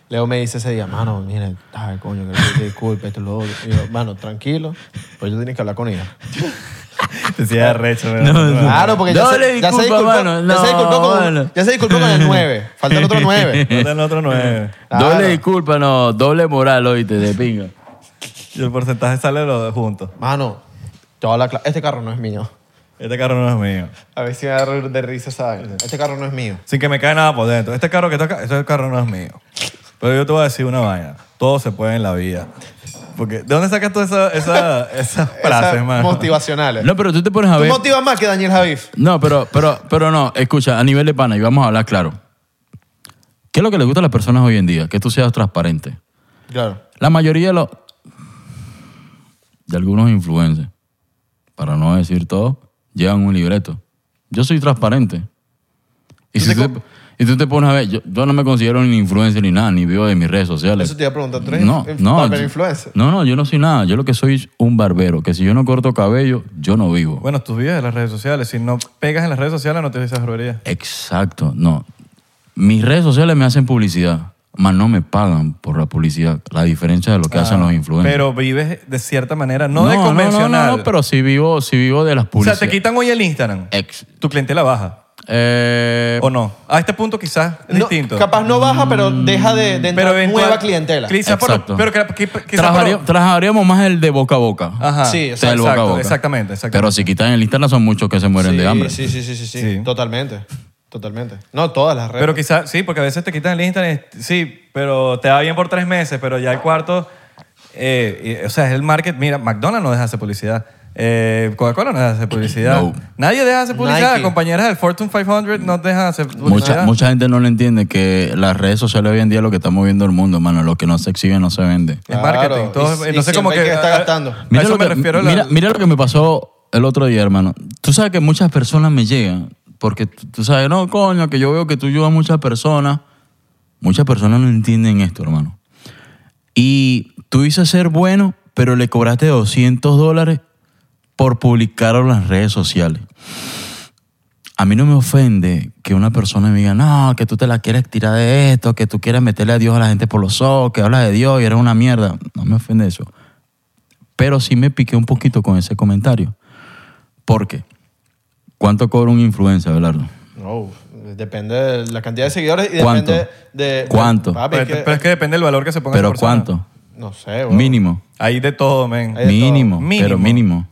B: Leo me dice ese día, mano, mire, ay, coño, que te disculpe, esto es lo otro. Y yo, mano, tranquilo, pues yo tienes que hablar con ella.
A: <laughs>
C: Te <laughs> sientes recho, ¿verdad? <laughs>
B: Claro, porque ya,
A: Doble
B: se, ya se
A: disculpa,
B: disculpó,
A: mano.
B: ya
A: No,
B: se disculpó con,
A: mano.
B: ya se disculpó con el 9.
A: <laughs>
B: Falta el otro 9.
C: No te el otro nueve.
B: Claro.
A: Doble disculpa, no, doble moral, oíste, de pinga.
C: Y el porcentaje sale de los dos juntos.
B: Mano, toda la cla- este carro no es mío.
C: Este carro no es mío.
B: A ver si me agarro de risa ¿saben? Este carro no es mío.
C: Sin que me caiga nada por dentro. Este carro que toca, este carro no es mío. Pero yo te voy a decir una vaina. Todo se puede en la vida. Porque, ¿de dónde sacas tú esa, <laughs> esa, esas frases,
B: Esas
C: mano?
B: motivacionales.
A: No, pero tú te pones a
B: Tú
A: ver.
B: motivas más que Daniel Javif.
A: No, pero, pero, pero no, escucha, a nivel de pana, y vamos a hablar claro. ¿Qué es lo que le gusta a las personas hoy en día? Que tú seas transparente.
B: Claro.
A: La mayoría de los. de algunos influencers, para no decir todo, llevan un libreto. Yo soy transparente. Y si tú, y tú te pones a ver, yo, yo no me considero ni influencer ni nada, ni vivo de mis redes sociales.
B: Eso te iba a preguntar, ¿tú eres
A: no,
B: inf-
A: no,
B: barber
A: yo-
B: influencer?
A: No, no, yo no soy nada. Yo lo que soy es un barbero, que si yo no corto cabello, yo no vivo.
C: Bueno, tú vives de las redes sociales. Si no pegas en las redes sociales, no te dices barbería.
A: Exacto, no. Mis redes sociales me hacen publicidad, mas no me pagan por la publicidad. La diferencia de lo que hacen
B: Ah,
A: los influencers.
C: Pero vives de cierta manera, no, de convencional.
A: No, no, pero si vivo, si vivo de las
C: o sea,
A: publicidades.
C: te quitan hoy el Instagram.
A: Ex-
C: Tu clientela baja.
A: eh,
C: ¿O no? A este punto quizás es
B: No,
C: distinto. Mm,
B: Capaz no baja, pero deja de, de entrar
C: pero eventual-
B: nueva clientela.
C: Quizás por-
A: Exacto.
C: pero que- que- quizás por-
A: trabajaría- trabajaríamos más el de boca a boca.
C: Ajá.
B: Sí,
A: O sea, el boca a
C: exacto,
A: boca.
C: exactamente, exactamente.
A: Pero si quitan el Instagram son muchos que se mueren
B: sí,
A: de hambre.
B: Sí, sí, sí, sí, sí,
C: Sí.
B: Totalmente. Totalmente. No, todas las redes.
C: Pero quizás, sí, porque a veces te quitan el Instagram, sí, pero te va bien por tres meses, pero ya el cuarto, eh, y- o sea, es el market. Mira, McDonald's no deja de hacer publicidad. Eh, Coca-Cola no deja de hacer publicidad.
A: No.
C: Nadie deja de hacer publicidad.
B: Nike.
C: Compañeras del Fortune 500 no dejan de hacer publicidad.
A: Mucha, mucha gente no lo entiende que las redes sociales hoy en día es lo que está moviendo el mundo, hermano. Lo que no se exhibe no se vende.
C: Es
B: Claro,
C: marketing. Todo,
B: y- y
C: entonces, como que.
B: siempre hay que estar gastando.
C: A
A: Mira,
C: eso
A: lo
C: me
A: que,
C: refiero. la-
A: mira, mira lo que me pasó el otro día, hermano. Tú sabes que muchas personas me llegan porque tú tú sabes, no, coño, que yo veo que tú ayudas a muchas personas. Muchas personas no entienden esto, hermano. Y tú dices ser bueno, pero le cobraste 200 dólares por publicarlo en las redes sociales. A mí no me ofende que una persona me diga, no, que tú te la quieres tirar de esto, que tú quieres meterle a Dios a la gente por los ojos, que hablas de Dios y eres una mierda. No me ofende eso. Pero sí me piqué un poquito con ese comentario. ¿Por qué? ¿Cuánto cobra un influencer, Abelardo?
B: No, depende de la cantidad de seguidores y
A: ¿Cuánto?
B: depende de...
A: ¿Cuánto?
B: Papi,
C: pero,
B: es Ah, pues que-
C: pero es que depende del valor que se ponga.
A: ¿Pero
C: esa persona.
A: cuánto?
B: no sé, bro.
A: Mínimo.
C: Hay de todo, men.
B: Hay de todo.
A: Mínimo,
C: Mínimo.
A: pero mínimo,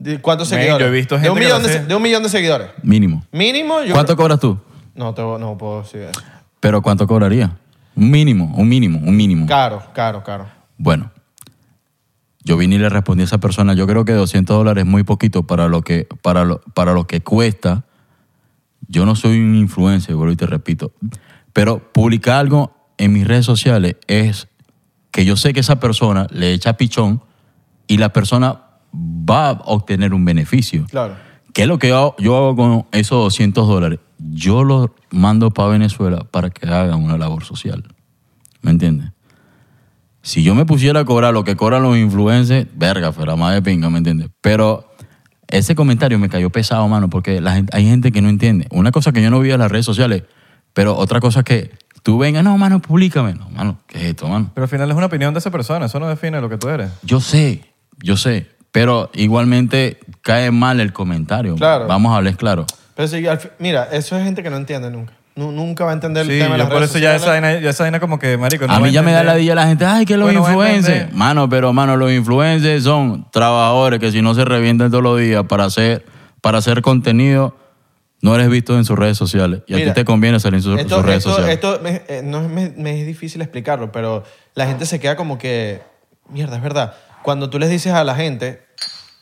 B: ¿De ¿Cuántos
C: Men,
B: seguidores?
C: yo he visto
B: de,
C: gente
B: un
C: que
B: millón
C: lo
B: de,
C: hace.
B: se- de un millón de seguidores.
A: mínimo.
B: Mínimo, yo...
A: ¿Cuánto cobras tú?
B: No, te, no puedo decir eso.
A: ¿Pero cuánto cobraría? Un mínimo, un mínimo, un mínimo.
B: Caro, caro, caro.
A: Bueno, yo vine y le respondí a esa persona, yo creo que 200 dólares es muy poquito para lo que, para lo, para lo que cuesta. Yo no soy un influencer, vuelvo y te repito. Pero publicar algo en mis redes sociales es que yo sé que esa persona le echa pichón y la persona va a obtener un beneficio.
B: Claro.
A: ¿Qué es lo que yo hago, yo hago con esos 200 dólares? Yo los mando para Venezuela para que hagan una labor social. ¿Me entiendes? Si yo me pusiera a cobrar lo que cobran los influencers, verga, fuera más de pinga, ¿me entiendes? Pero ese comentario me cayó pesado, mano, porque la gente, hay gente que no entiende. Una cosa que yo no vi en las redes sociales, pero otra cosa que tú vengas, no, mano, públicame. No, mano, ¿qué es esto, mano?
C: Pero al final es una opinión de esa persona. Eso no define lo que tú eres.
A: Yo sé, yo sé, pero igualmente cae mal el comentario.
B: Claro.
A: Vamos a hablar claro.
B: Pero sí, al fin- mira, eso es gente que no entiende nunca. Nu- nunca va a entender
C: Sí,
B: el tema de
C: yo
B: las
C: por
B: redes
C: eso ya esa,
B: sociales.
C: vaina, ya esa vaina como que, marico, no
A: a
C: va
A: mí ya me da la
C: entender.
A: dilla la gente, ay, que los
C: Bueno, bueno,
A: influencers.
C: entender.
A: Mano, pero mano, los influencers son trabajadores que si no se revientan todos los días para hacer, para hacer contenido, no eres visto en sus redes sociales. Y a
B: Mira,
A: ti te conviene salir en sus,
B: esto,
A: sus redes
B: esto-
A: sociales.
B: esto me, eh, no es, me- me es difícil explicarlo, pero la gente se queda como que, mierda, es verdad. Cuando tú les dices a la gente,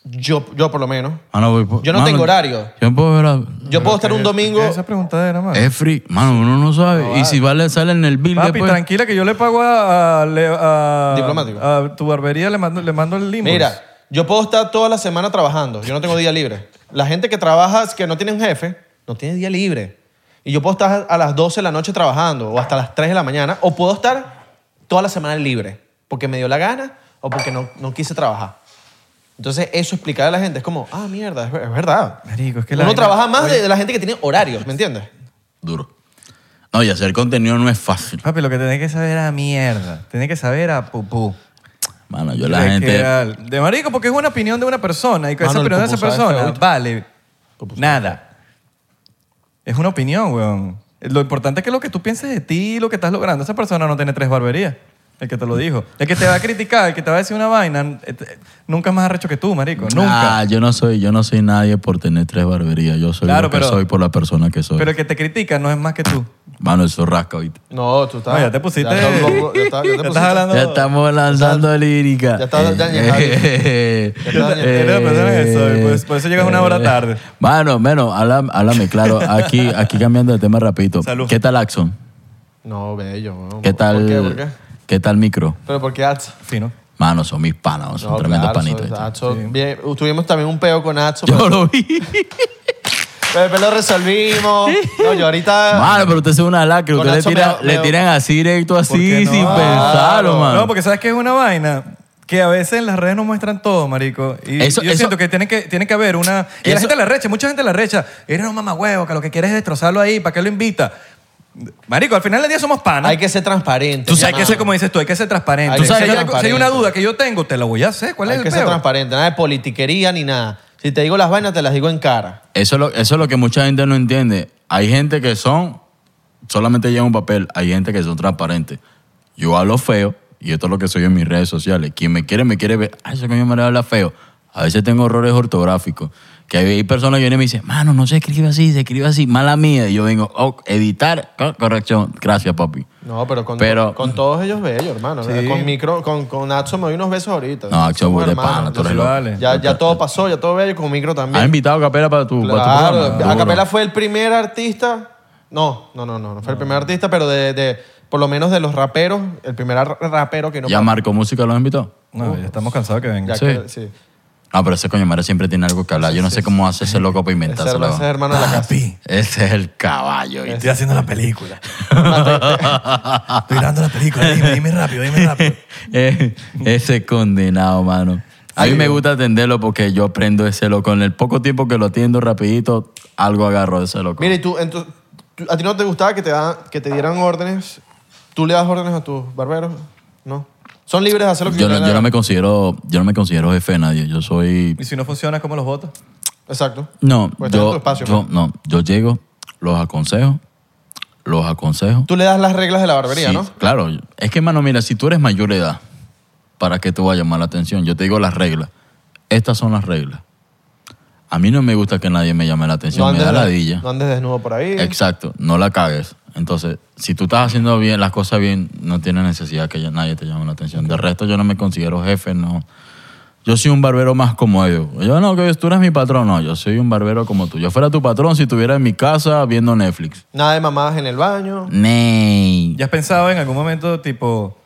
B: yo, yo por lo menos,
A: Ah, no, voy por-
B: Yo no tengo horario.
A: Yo puedo ver a-
B: yo puedo estar un domingo...
C: Esa pregunta era más.
A: Es free. Mano, uno no sabe. y si vale, sale en el bill
C: Papi,
A: después.
C: tranquila que yo le pago a, a- le- a-
B: Diplomático.
C: a tu barbería, le mando, le mando el limbo.
B: Mira, yo puedo estar toda la semana trabajando, yo no tengo día libre. La gente que trabaja, que no tiene un jefe, no tiene día libre. Y yo puedo estar a las 12 de la noche trabajando o hasta las 3 de la mañana, o puedo estar toda la semana libre, porque me dio la gana o porque no, no quise trabajar. Entonces, eso explicar a la gente es como, ah, mierda, es, ver- es verdad.
C: Marico, es que la
B: Uno
C: vaina-
B: trabaja más de, de la gente que tiene horarios, ¿me entiendes?
A: Duro. No, y hacer contenido no es fácil.
C: Papi, lo que tenés que saber a mierda. Tenés que saber a pupú.
A: Mano, yo la
C: De
A: gente. Ah,
C: que al- De marico, porque es una opinión de una persona. Y que esa
B: Mano, el
C: opinión de esa
B: pupú sabe
C: persona
B: feo.
C: vale nada. Es una opinión, weón. Lo importante es que lo que tú pienses de ti, lo que estás logrando. Esa persona no tiene tres barberías. El que te lo dijo. El que te va a criticar, el que te va a decir una vaina, eh, te- nunca es más arrecho que tú, marico. Nunca.
A: Ah, yo no soy, yo no soy nadie por tener tres barberías. Yo soy
C: Claro,
A: lo que
C: pero-
A: soy por la persona que soy.
C: Pero el que te critica no es más que tú.
A: Mano, eso rasca ahorita.
B: No, tú estás...
C: No, ya te pusiste-
B: Ya, estás loco, ya estás- ya te
C: <laughs> Ya estás
B: pusiste-
C: hablando- No.
A: Ya estamos lanzando lírica.
B: ya está dañada. Ya está dañada.
A: Eh,
C: Eres la persona que soy,
B: pues,
C: por eso- por eso llegas una hora tarde.
A: Mano, menos, háblame, háblame, claro. Aquí, aquí cambiando de tema rapidito.
C: Salud.
A: ¿Qué tal Axon?
B: No, bello. weón.
A: ¿Qué tal?
B: ¿Por qué? ¿Por qué?
A: qué tal micro?
B: ¿Pero por qué ads?
C: Fino.
A: Mano, son mis panas, son
B: No,
A: tremendos
B: claro,
A: panitos.
B: so-
A: ¿viste?
B: Atzo, bien, tuvimos también un peo con Atzo.
A: Yo lo
B: <laughs>
A: vi.
B: Pero después lo resolvimos. No, yo ahorita.
A: Mano, pero usted es una lacra.
B: Con
A: Usted le,
B: Nacho
A: tira-
B: me-
A: le
B: me-
A: tiran así directo,
C: ¿Por qué
A: así,
C: no?
A: sin
C: Claro.
A: pensarlo, mano.
C: No, porque sabes que es una vaina que a veces en las redes nos muestran todo, marico. Y
A: Eso-
C: yo
A: eso-
C: siento que tiene que, tiene que haber una... Y la
A: Eso-
C: gente la recha, mucha gente la recha. Eres un mamagüevo, que lo que quieres es destrozarlo ahí, ¿para qué lo invita? Marico, al final del día somos panas.
B: Hay que ser transparente.
C: Tú sabes que
B: mi
C: eso es
B: amado.
C: como dices tú, hay que ser transparente.
B: Hay que
C: si,
B: ser
C: hay, algo- si
B: transparente.
C: hay una duda que yo tengo, te la voy a hacer. ¿Cuál
B: Hay
C: es
B: que
C: el
B: ser
C: peo?
B: transparente. Nada de politiquería ni nada. Si te digo las vainas, te las digo en cara.
A: Eso es, lo, eso es lo que mucha gente no entiende. Hay gente que son, solamente llevan un papel, hay gente que son transparentes. Yo hablo feo y esto es lo que soy en mis redes sociales. Quien me quiere, me quiere ver. Ah, eso que yo me habla feo. A veces tengo errores ortográficos. Que hay hay personas que vienen y me dicen, mano, no se escribe así, se escribe así, mala mía. Y yo vengo, oh, editar, co- corrección. Gracias, papi.
B: No, pero con,
A: Pero-
B: con todos ellos bello, hermano.
C: Sí.
B: Con micro, con, con Nacho me doy unos besos ahorita.
A: No, Nacho,
B: Somos
A: de
B: hermanos.
A: pana, tú eres
C: sí
A: loco.
C: vale.
B: Ya, ya todo pasó, ya todo bello, con micro
A: ¿Has
B: también.
A: invitado a Capela para tu, para tu programa?
B: Claro,
A: Duro.
B: Acapela fue el primer artista. No, no, no, no, no fue el
A: Ah.
B: primer artista, pero de, de- por lo menos de los raperos, el primer ar- rapero que no.
A: ¿Y a Marco Música lo has invitado?
C: No, ya estamos cansados que
B: Ya
C: venga.
A: Sí.
B: que- sí.
A: No, pero ese coño madre siempre tiene algo que hablar. Yo no sé cómo hace ese loco para
B: Ese, es
A: inventarse
B: hermano- ese es hermano de
A: Ah,
B: la casa.
C: Papi,
A: Ese es el caballo. ¿viste?
C: estoy haciendo la
B: <laughs>
C: película. estoy grabando la película. Dime, dime rápido,
B: <laughs>
C: dime rápido.
A: <laughs> Eh, ese condenado, mano. A mí me gusta atenderlo porque yo aprendo ese loco. En el poco tiempo que lo atiendo rapidito, algo agarro de ese loco.
B: Mira, y tú, entonces, tú- ¿a ti no te gustaba que te, da- que te dieran órdenes? ¿Tú le das órdenes a tus barberos? No. Son libres de hacer lo que
A: yo, no,
B: quieran.
A: yo no me considero, yo no me considero jefe de nadie. Yo soy...
C: Y si no funciona, ¿cómo los votas?
B: Exacto.
A: No,
B: Pues está en tu
A: yo,
B: espacio,
A: yo- no, yo llego, los aconsejo, los aconsejo.
B: Tú le das las reglas de la barbería,
A: Sí,
B: ¿no?
A: Claro. Es que, mano, mira, si tú eres mayor de edad, ¿para qué te va a llamar la atención? Yo te digo las reglas. Estas son las reglas. A mí no me gusta que nadie me llame la atención. me da
B: de-
A: ladilla.
B: no andes desnudo por ahí.
A: Exacto. No la cagues. Entonces, si tú estás haciendo bien las cosas bien, no tiene necesidad que ya nadie te llame la atención. De resto, yo no me considero jefe, no. Yo soy un barbero más como ellos. Yo no, que tú eres mi patrón. No, yo soy un barbero como tú. Yo fuera tu patrón si estuviera en mi casa viendo Netflix.
B: Nada de mamadas en el baño.
A: Ney.
C: ¿Ya has pensado en algún momento, tipo,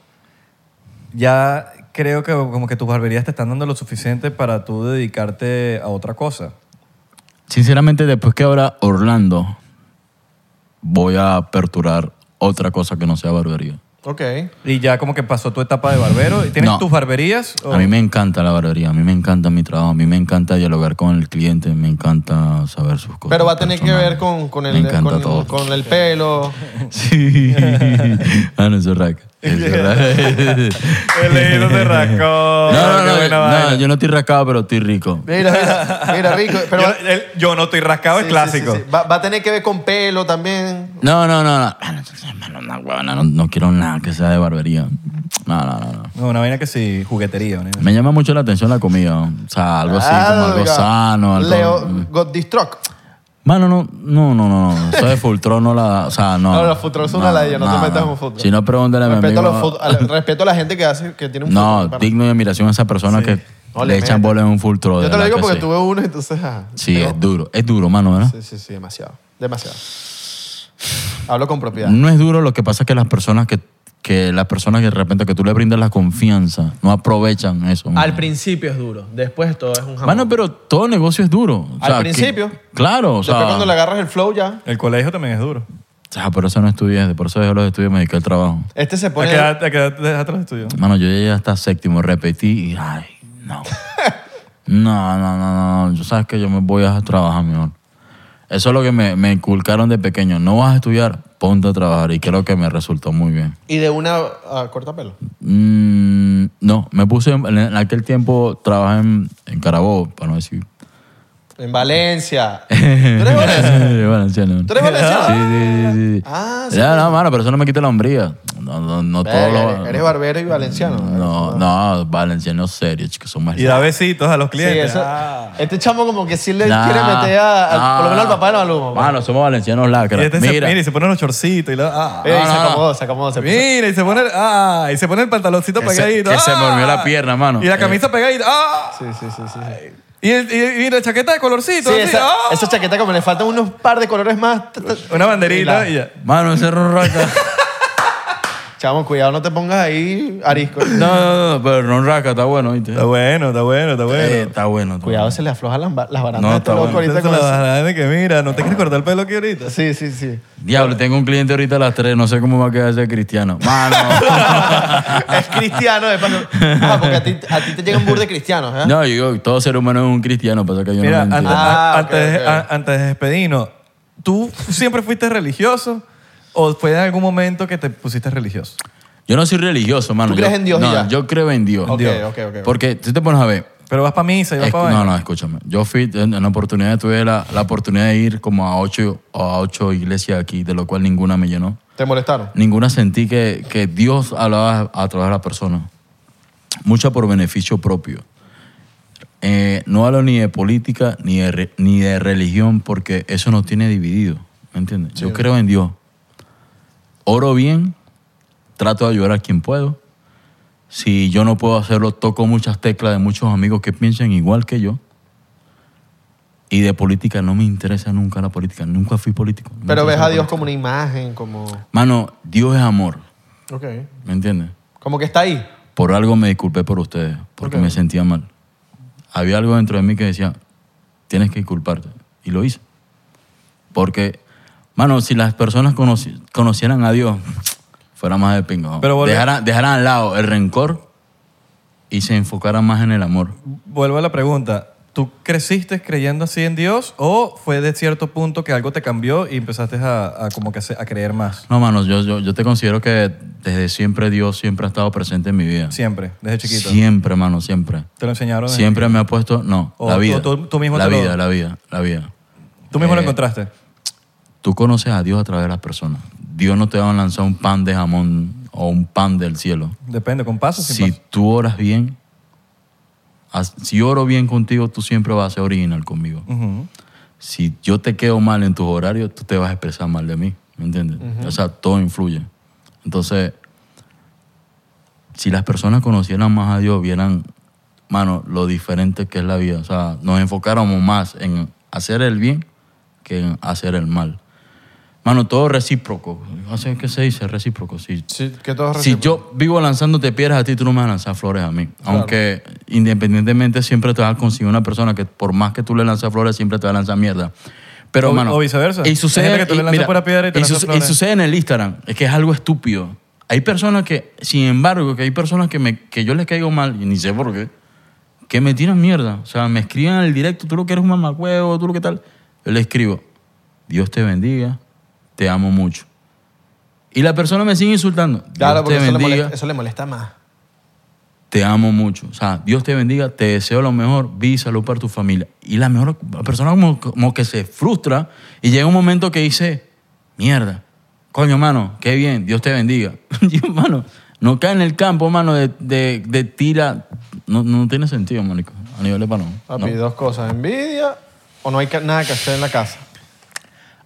C: ya creo que como que tus barberías te están dando lo suficiente para tú dedicarte a otra cosa?
A: Sinceramente, después que ahora Orlando, voy a aperturar otra cosa que no sea barbería.
B: Ok.
C: Y ya como que pasó tu etapa de barbero. ¿Y ¿Tienes
A: No.
C: tus barberías? o-
A: A
B: Oh.
A: mí me encanta la barbería, a mí me encanta mi trabajo, a mí me encanta dialogar con el cliente, me encanta saber sus cosas.
B: Pero va a tener que ver con, con el,
A: Me encanta
B: con,
A: todo.
B: con el pelo. <laughs>
A: Sí. ah, no, eso es raca. Eso es
B: <laughs>
A: raca.
C: He leído de racón.
B: Oh,
A: No, no,
C: Qué
A: no,
C: buena
A: no,
C: vaina.
A: yo no estoy rascado, pero estoy rico.
B: Mira, mira,
A: <laughs>
B: mira, rico. Pero
C: yo, el- yo no estoy rascado,
B: sí,
C: es
B: sí,
C: clásico.
B: sí, sí. Va, va a tener que ver con pelo también.
A: No, no, no, no. Ah, no, hermano, no, huevona, no, no quiero nada que sea de barbería. No, no, no. no.
C: No, una vaina que sí, juguetería. una vaina.
A: Me llama mucho la atención la comida. ¿no? O sea, algo así, como algo
B: Alga.
A: sano. Algo, mm.
B: Leo, got this truck.
A: Mano, no, no, no, no, no. Eso de Fultrón no la. O sea, no.
B: No, los Fultrón son una ladilla, no te metas con Fultrón.
A: Si no, pregúntale a mi
B: Respeto a, los
A: amigo.
B: fut- al- respeto a la gente que hace, que tiene un
A: No,
B: fútbol, pana.
A: digno de admiración a esa persona que
B: No,
A: le
B: le
A: echan
B: mete.
A: bola en un Fultrón.
B: Yo te lo digo porque
A: sí.
B: tuve uno, entonces. ah,
A: Sí,
B: tengo-
A: es duro. Es duro, mano, ¿verdad?
B: Sí, sí, sí, demasiado. Demasiado. Hablo con propiedad.
A: No es duro, lo que pasa es que las personas que, que las personas que de repente que tú le brindas la confianza no aprovechan eso. mano.
B: Al principio es duro, después todo es un jamón.
A: Mano, pero todo negocio es duro. O
B: Al
A: sea, que-
B: principio.
A: claro, o
B: después
A: sea.
B: cuando le agarras el flow ya.
C: El colegio también es duro.
A: Ah, por eso no estudié, por eso dejé los estudios y me dediqué al trabajo.
B: Este se
C: ¿A
B: pone.
C: qué edad- a qué edad dejaste los estudios?
A: Mano, yo llegué hasta séptimo, repetí y ay,
B: <laughs>
A: no. No, no, no, no. Yo sabes que yo me voy a trabajar mejor. Eso es lo que me, me inculcaron de pequeño. No vas a estudiar, ponte a trabajar. Y creo que me resultó muy bien.
B: Y de una ah, corta pelo.
A: Mm, no, me puse en, en aquel tiempo, trabajé en, en Carabobo, para no decir.
B: En
A: <laughs>
B: Valencia. <laughs> ¿Tú eres Valencia?
A: Valenciano.
B: ¿Tú eres valenciano?
A: Sí, sí, sí. sí.
B: Ah, sí.
A: Ya, no, mano, pero eso no me quita la hombría. No, no, no todos
B: Verga,
A: los-
B: Eh, Eres barbero y valenciano.
A: No, no, valenciano serio, chicos, son más
C: Y da besitos a los
B: Sí,
C: clientes.
B: eso-
C: Ah.
B: Este chamo como que sí le
A: Nah,
B: quiere meter a, al- por lo menos al
A: nah.
B: papá de los alumnos. pues.
A: Mano, somos valencianos
C: Y
A: lacra.
C: este se,
A: Mira,
C: mira, y se pone los chorcitos y la- ah.
B: Eh,
A: No,
B: y se
A: no, no.
B: acomodó, se acomodó. se puso-
C: Mira, y se pone, el- ah, y se pone el pantaloncito
A: Que se-
C: pegadito.
A: que se
C: ah.
A: me durmió la pierna, mano.
C: Y
A: Eh.
C: la camisa pegadita. Ah.
B: Sí, sí, sí, sí. sí.
C: Y, el- y- y la chaqueta de colorcito.
B: Sí,
C: así,
B: esa,
C: ah.
B: esa chaqueta como le faltan unos par de colores más. ta, ta,
C: Una banderita
B: la-
C: y ya.
A: Mano, ese ronraca.
B: Chamo, cuidado, no te pongas ahí arisco.
A: <laughs> No, no, no, pero no raca, está bueno, ¿viste?
C: Está bueno, está bueno, está bueno.
A: Eh, está bueno. está
B: Cuidado, se le aflojan las, ba- las barandas
A: No,
B: a este
A: está
B: loco
A: bueno.
B: ahorita
C: Entonces
B: con
C: la
B: eso.
C: bajada de que mira, no te quieres cortar el pelo aquí ahorita.
B: Sí, sí, sí.
A: Diablo, tengo un cliente ahorita a las 3, no sé cómo va a quedar ese cristiano.
B: <laughs>
A: Mano.
B: es cristiano, de paso. Ah, porque a ti, a ti te llegan burde cristianos, ¿eh?
A: no, yo digo, todo ser humano es un cristiano, pasa que yo
C: Mira,
A: no
C: antes,
A: mentira.
B: Ah,
C: a-
B: ok,
C: antes,
B: ok.
C: a- antes de despedirnos, ¿tú siempre fuiste religioso o fue en algún momento que te pusiste religioso?
A: Yo no soy religioso, mano.
B: ¿Tú
A: Yo-
B: crees en Dios y
A: No,
B: ya?
A: yo creo en Dios.
B: Ok,
A: Dios.
B: ok, ok, ok.
A: Porque si te pones a ver,
C: Pero vas para misa y vas
A: Escu-
C: para
A: no, no, escúchame. Yo fui, en en la oportunidad tuve la, la oportunidad de ir como a ocho, a ocho iglesias aquí, de lo cual ninguna me llenó.
B: ¿Te molestaron?
A: Ninguna sentí que, que Dios hablaba a través de la persona. Mucha por beneficio propio. Eh, no hablo ni de política ni de, re- ni de religión porque eso nos tiene dividido. ¿Me entiendes? Yo creo en Dios. Oro bien, trato de ayudar a quien puedo. Si yo no puedo hacerlo, toco muchas teclas de muchos amigos que piensan igual que yo. Y de política no me interesa nunca la política. Nunca fui político. No me
B: Pero ves
A: interesa
B: a
A: la
B: Dios
A: política.
B: como una imagen, como.
A: Mano, Dios es amor.
B: Ok.
A: ¿Me entiendes?
B: Como que está ahí.
A: Por algo me disculpé por ustedes, porque
B: Ok.
A: me sentía mal. Había algo dentro de mí que decía, tienes que disculparte. Y lo hice. Porque, mano, si las personas conoci- conocieran a Dios, fuera más de pingo.
C: Pero volve-
A: dejaran, dejaran al lado el rencor y se enfocaran más en el amor.
C: Vuelvo a la pregunta. ¿Tú creciste creyendo así en Dios o fue de cierto punto que algo te cambió y empezaste a, a como que se- a creer más?
A: No, mano, yo, yo, yo te considero que desde siempre Dios siempre ha estado presente en mi vida.
C: Siempre, desde chiquito.
A: Siempre, mano, siempre.
C: ¿Te lo enseñaron? desde
A: Siempre me ha puesto, no,
C: O
A: la
C: tú-
A: vida.
C: tú- tú mismo
A: la
C: te lo-
A: vida, la vida, la vida.
C: chiquito? ¿Tú mismo lo
A: Eh,
C: encontraste?
A: Tú conoces a Dios a través de las personas. Dios no te va a lanzar un pan de jamón o un pan del cielo.
C: Depende, con pasos. sin
A: Si
C: pasos?
A: tú oras bien, as- si oro bien contigo, tú siempre vas a ser original conmigo.
C: Ujú.
A: Si yo te quedo mal en tus horarios, tú te vas a expresar mal de mí. ¿Me entiendes? O sea, todo influye. Entonces, si las personas conocieran más a Dios, vieran, mano, lo diferente que es la vida. O sea, nos enfocáramos más en hacer el bien que en hacer el mal. Mano, todo recíproco. No sé qué se dice recíproco. Si,
B: Sí, que todo
A: si yo vivo lanzándote piedras a ti, tú no me vas a lanzar flores a mí. Aunque independientemente siempre te vas a conseguir una persona que por más que tú le lanzas flores, siempre te va a lanzar mierda. Pero,
C: O-
A: mano,
C: o viceversa.
A: Y
C: Hay
A: sucede,
C: gente que tú
A: y
C: le lanzas pura piedra y te
A: y
C: lanza
A: suce- y
C: flores.
A: sucede en el Instagram. Es que es algo estúpido. Hay personas que, sin embargo, que hay personas que, me, que yo les caigo mal, y ni sé por qué, que me tiran mierda. O sea, me escriben en el directo, tú lo que eres un mamacuevo, tú lo que tal. Yo le escribo, Dios te bendiga, te amo mucho. Y la persona me sigue insultando. Dios
B: Claro, porque
A: te
B: eso le,
A: bendiga,
B: molesta, eso le molesta más.
A: te amo mucho. O sea, Dios te bendiga, te deseo lo mejor, vida y salud para tu familia. Y la mejor la persona como, como que se frustra y llega un momento que dice, mierda, coño, mano, qué bien, Dios te bendiga. <laughs> y, mano, no cae en el campo, mano, de, de- de tira. No, no tiene sentido, marico, a nivel de pano.
B: Papi, dos cosas. Envidia o no hay ca- nada que hacer en la casa.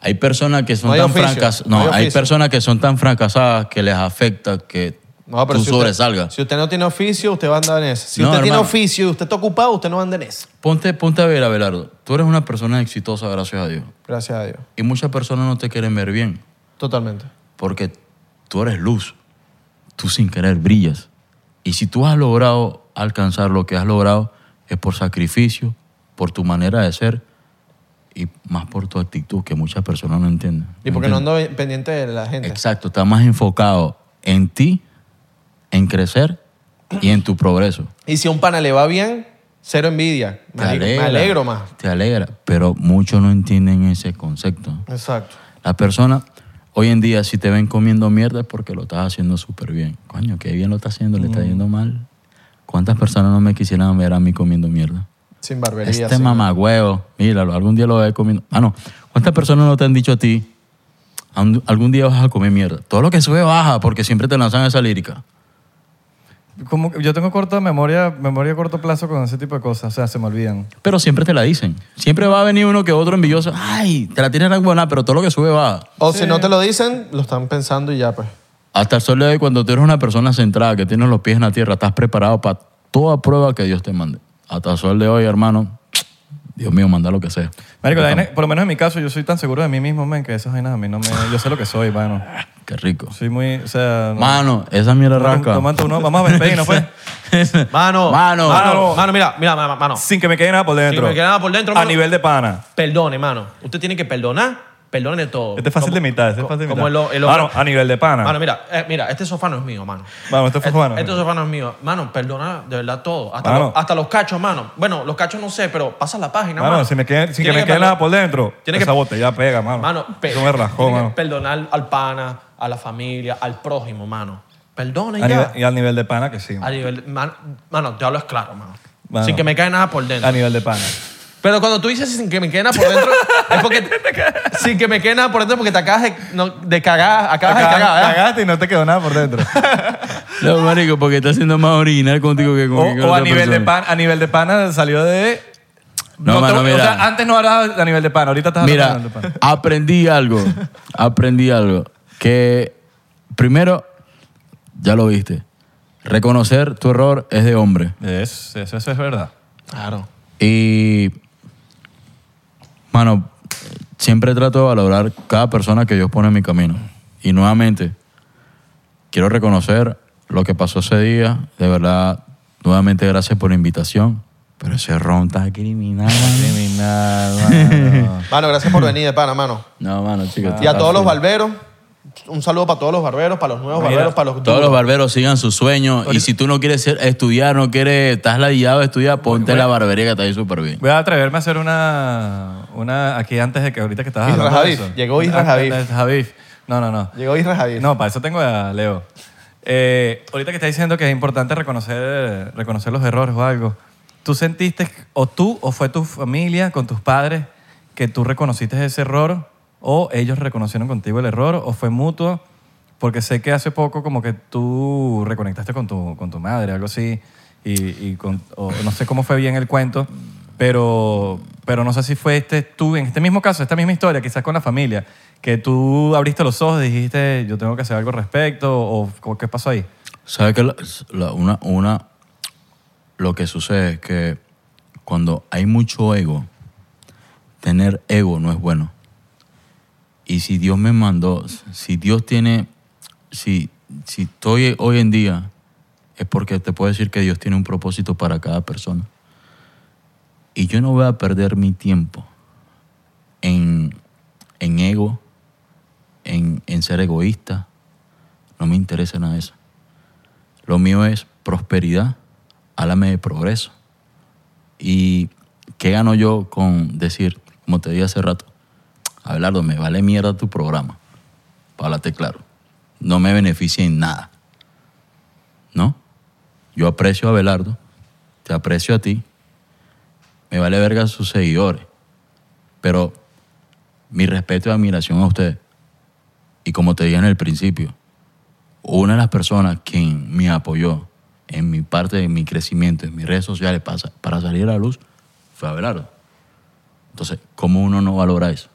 A: Hay personas que son
B: No hay
A: tan
B: oficio,
A: francas,
B: no
A: no,
B: hay
A: hay
B: oficio.
A: personas que son tan fracasadas que les afecta que
B: No, pero
A: tú
B: si usted-
A: sobresalgas.
B: si usted no tiene oficio, usted va a andar en eso. Si
A: No,
B: usted tiene
A: hermano.
B: oficio y usted está ocupado, usted no anda en eso.
A: Ponte, ponte a ver, Abelardo. Tú eres una persona exitosa, gracias a Dios.
B: Gracias a Dios.
A: Y muchas personas no te quieren ver bien
B: Totalmente.
A: porque tú eres luz. Tú sin querer brillas. Y si tú has logrado alcanzar lo que has logrado es por sacrificio, por tu manera de ser y más por tu actitud que muchas personas no entienden.
B: Y porque no ando pendiente de la gente.
A: Exacto, está más enfocado en ti, en crecer y en tu progreso.
B: Y si a un pana le va bien, cero envidia.
A: Te
B: Me, alegro- me
A: alegra,
B: alegro más.
A: Te alegra, pero muchos no entienden ese concepto.
B: Exacto.
A: Las personas hoy en día, si te ven comiendo mierda, es porque lo estás haciendo súper bien. Coño, qué bien lo estás haciendo, le está
B: Mm.
A: yendo mal. ¿Cuántas personas no me quisieran ver a mí comiendo mierda?
B: Sin barbería.
A: Este
B: sin-
A: mamagüevo, míralo, algún día lo voy a ir comiendo. Ah, no. ¿Cuántas personas no te han dicho a ti, "Algún- algún día vas a comer mierda? Todo lo que sube baja, porque siempre te lanzan esa lírica.
C: Como que yo tengo corta memoria, memoria a corto plazo con ese tipo de cosas. O sea, se me olvidan.
A: Pero siempre te la dicen. Siempre va a venir uno que otro envidioso. Ay, te la tienes tan buena, pero todo lo que sube baja.
B: O si no te lo dicen, lo están pensando y ya, pues.
A: Hasta el sol de hoy, cuando tú eres una persona centrada, que tienes los pies en la tierra, estás preparado para toda prueba que Dios te mande. Hasta el sol de hoy, hermano, Dios mío, manda lo que sea.
C: Marico, la vaina- por lo menos en mi caso, yo soy tan seguro de mí mismo, man, que esas vainas a mí no me... Yo sé lo que soy, mano.
A: Qué rico.
C: Soy muy... O sea... no-
A: Mano, esa mierda
C: no-
A: rasca.
C: tomando uno, vamos a ver,
A: <laughs>
C: peguinos, pues.
B: Mano,
A: Mano.
B: mano, mano, mira, mira, mano, mano.
C: Sin que me quede nada por dentro.
B: me quede nada por dentro,
C: A
B: mano.
C: nivel de pana.
B: Perdone, mano. Usted tiene que perdonar. Perdone todo.
C: Este es fácil
B: Como-
C: de imitar, este es
B: co-
C: fácil de
B: Como
C: imitar.
B: el, o- el
C: Claro,
B: hombre-
C: a nivel de pana.
B: Mano, mira, eh, mira, este sofá no es mío, mano.
C: Vamos, este sofá no es
B: Este
C: mío.
B: sofá no es mío. Mano, perdona de verdad todo. Hasta,
C: Mano.
B: los, hasta los cachos, mano. Bueno, los cachos no sé, pero pasa la página,
C: Mano,
B: mano.
C: sin, me quede- sin que
B: Tiene
C: me quede
B: perdonar-
C: nada por dentro,
B: Tiene
C: esa
B: que-
C: botella pega, mano.
B: Mano, pe-
C: Eso me rascó,
B: tiene que
C: mano.
B: Perdonar al pana, a la familia, al prójimo, mano. Perdona y
C: A nivel-
B: ya.
C: y al nivel de pana que sí.
B: A nivel, man- mano, te hablo es claro, mano.
C: Mano.
B: Sin que me caiga nada por dentro.
C: A nivel de pana.
B: Pero cuando tú dices sin que me quede nada por dentro, es
C: <laughs>
B: porque. sin que me quede nada por dentro, porque te acabas de, no, de cagar. Acabas de cagar, ¿verdad?
C: Cagaste y no te quedó nada por <laughs> dentro.
A: No, marico, porque está siendo más original contigo que con
C: o
A: que con
C: o a,
A: otra
C: nivel de
A: persona.
C: pan, a nivel de pana salió de...
A: No, mano,
C: te- O
A: mira.
C: sea, antes no hablabas a nivel de pana, ahorita estás hablando a
A: Mira,
C: nivel de pana.
A: aprendí algo. Aprendí algo. Que primero, ya lo viste. Reconocer tu error es de hombre.
C: Es- eso, eso es verdad.
B: Claro.
A: Y, mano, siempre trato de valorar cada persona que Dios pone en mi camino. Y nuevamente, quiero reconocer lo que pasó ese día. De verdad, nuevamente gracias por la invitación. Pero ese ron está criminal.
C: <laughs> Criminal, mano.
B: Mano, gracias por venir de pana, mano.
A: No, mano,
C: Ah,
A: chicos.
B: Y a todos los barberos, un saludo para todos los barberos, para los nuevos
C: Mira,
B: barberos, para los
A: Todos los
B: duros.
A: barberos sigan sus sueños. Y si tú no quieres ser- estudiar, no quieres, estás ladillado de estudiar, ponte la barbería que está ahí súper bien.
C: Voy a atreverme a hacer una, una aquí antes de que ahorita que estabas
B: Isra
C: hablando de
B: Javif.
C: eso.
B: Llegó Isra
C: Ah,
B: Javif.
C: de- de Javif. No, no, no.
B: Llegó Isra Javier.
C: No, para eso tengo a Leo. Eh, ahorita que estás diciendo que es importante reconocer, reconocer los errores o algo, ¿tú sentiste, o tú, o fue tu familia con tus padres, que tú reconociste ese error, o ellos reconocieron contigo el error, o fue mutuo? Porque sé que hace poco como que tú reconectaste con tu, con tu madre, algo así, y, y con- o no sé cómo fue bien el cuento, pero, pero no sé si fue este, tú, en este mismo caso, esta misma historia, quizás con la familia, que tú abriste los ojos y dijiste, yo tengo que hacer algo al respecto, o o qué pasó ahí.
A: ¿Sabes qué? La- la- una, una, lo que sucede es que cuando hay mucho ego, tener ego no es bueno. Y si Dios me mandó, si Dios tiene, si, si estoy hoy en día, es porque te puedo decir que Dios tiene un propósito para cada persona. Y yo no voy a perder mi tiempo en, en ego, en, en ser egoísta. No me interesa nada de eso. Lo mío es prosperidad, háblame de progreso. ¿Y qué gano yo con decir, como te dije hace rato, Abelardo, me vale mierda tu programa? Pálate claro. No me beneficia en nada. ¿No? Yo aprecio a Abelardo, te aprecio a ti, me vale verga sus seguidores, pero mi respeto y admiración a ustedes. Y como te dije en el principio, una de las personas quien me apoyó en mi parte de mi crecimiento, en mis redes sociales, para, sa- para salir a la luz, fue Abelardo. Entonces, ¿cómo uno no valora eso?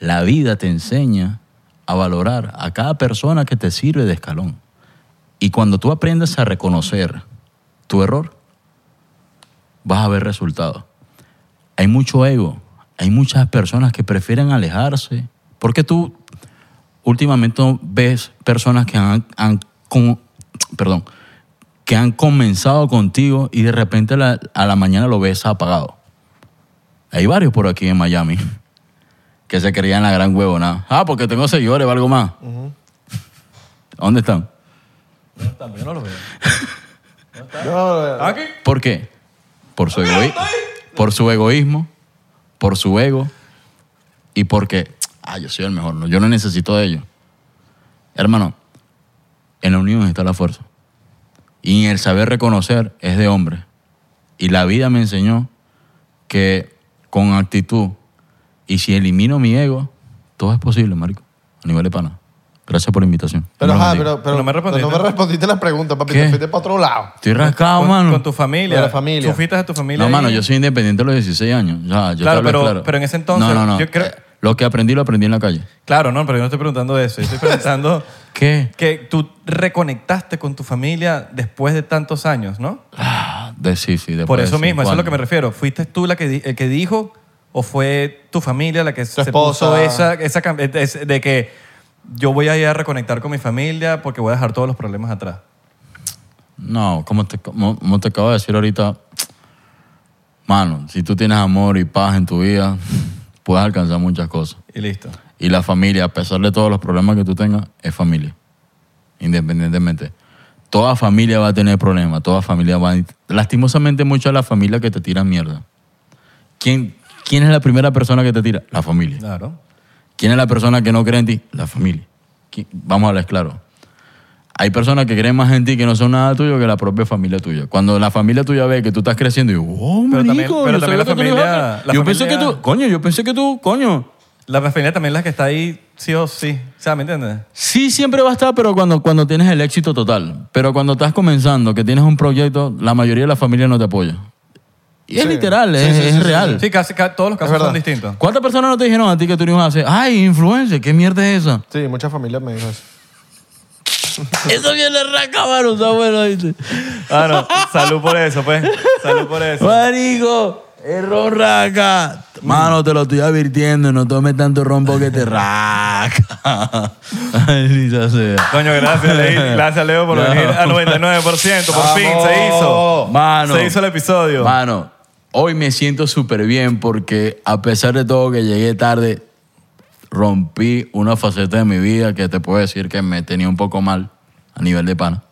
A: La vida te enseña a valorar a cada persona que te sirve de escalón. Y cuando tú aprendes a reconocer tu error, vas a ver resultados. Hay mucho ego, hay muchas personas que prefieren alejarse. Porque tú, últimamente ves personas que han, han con- perdón, que han comenzado contigo y de repente la- a la mañana lo ves apagado. Hay varios por aquí en Miami que se creían la gran huevonada. Ah, porque tengo seguidores, valgo más. ¿Dónde están?
C: Yo no lo veo.
B: No, no, no.
C: ¿Aquí?
A: ¿Por qué? Por su, egoí- por su egoísmo, por su ego y porque, ah, yo soy el mejor, no, yo no necesito de ellos. Hermano, en la unión está la fuerza. Y el saber reconocer es de hombre. Y la vida me enseñó que con actitud y si elimino mi ego, todo es posible, marico, a nivel de pana. Gracias por la invitación.
B: Pero,
A: Dios los
B: ajá,
A: bendiga.
B: pero, pero
C: No me respondiste.
B: no me respondiste las preguntas, papi.
A: ¿Qué?
B: Te fuiste para otro lado.
A: Estoy rascado,
C: con,
A: mano.
C: Con tu familia.
B: Con la familia.
C: Tú fuiste a tu familia.
A: No,
C: ahí.
A: mano, yo soy independiente a los 16 años. O sea, yo
C: Claro,
A: te hablo
C: pero- pero en ese entonces,
A: No, no, no.
C: yo creo-
A: Eh, Lo que aprendí, lo aprendí en la calle.
C: Claro, no, pero yo no estoy preguntando eso. Yo estoy preguntando <laughs>
A: ¿Qué?
C: que tú reconectaste con tu familia después de tantos años, ¿no?
A: Ah, De, sí, sí, después
C: Por
A: de
C: eso
A: cinco
C: mismo, eso es a lo que me
A: años.
C: refiero. ¿Fuiste tú la que, di- el que dijo o fue tu familia la que se puso
B: esposa.
C: esa, esa cam- es- de que yo voy a ir a reconectar con mi familia porque voy a dejar todos los problemas atrás?
A: No, como te, como, como te acabo de decir ahorita, mano, si tú tienes amor y paz en tu vida, puedes alcanzar muchas cosas.
C: Y listo.
A: Y la familia, a pesar de todos los problemas que tú tengas, es familia. Independientemente. Toda familia va a tener problemas, toda familia va a... Lastimosamente mucho es la familia que te tira mierda. ¿Quién, ¿Quién es la primera persona que te tira? La familia.
C: Claro.
A: ¿Quién es la persona que no cree en ti? La familia. ¿Qui- Vamos a hablar claro. Hay personas que creen más en ti que no son nada tuyo que la propia familia tuya. Cuando la familia tuya ve que tú estás creciendo, y oh,
C: Pero también-
A: marico,
C: pero
A: yo
C: también
A: sabía
C: la
A: que tú no
C: familia-
A: eras así".
C: la
A: Yo pensé que
C: familia-
A: tú, coño, yo pensé que tú, coño.
C: La familia también es la que está ahí sí o sí. O sea, ¿me entiendes?
A: Sí, siempre va a estar, pero cuando, cuando tienes el éxito total. Pero cuando estás comenzando, que tienes un proyecto, la mayoría de la familia no te apoya. Y es
B: Sí.
A: literal,
B: Sí,
A: es,
B: sí, sí,
A: es
B: sí, sí.
A: real.
C: Sí, casi, ca- todos los casos
B: verdad.
C: son distintos.
A: ¿Cuántas personas no te dijeron a ti que tú no ibas a hacer? Ay, influencer, ¿qué mierda es esa?
B: Sí, muchas familias me dijo
C: <laughs>
B: eso.
A: <laughs> Eso viene raca, mano, está bueno, dice.
C: Ah, no. Salud por eso, pues. Salud por eso.
A: Marico, error raca. Mano, te lo estoy advirtiendo, no tomes tanto rompo que te raca. <laughs> Ay, Lisa sea.
C: Coño,
B: <laughs>
C: gracias, Leo. Gracias, Leo, por
A: No.
C: venir al 99%. Por fin, se hizo.
A: Mano.
C: Se hizo el episodio.
A: Mano, hoy me siento súper bien porque a pesar de todo que llegué tarde, rompí una faceta de mi vida que te puedo decir que me tenía un poco mal a nivel de pana.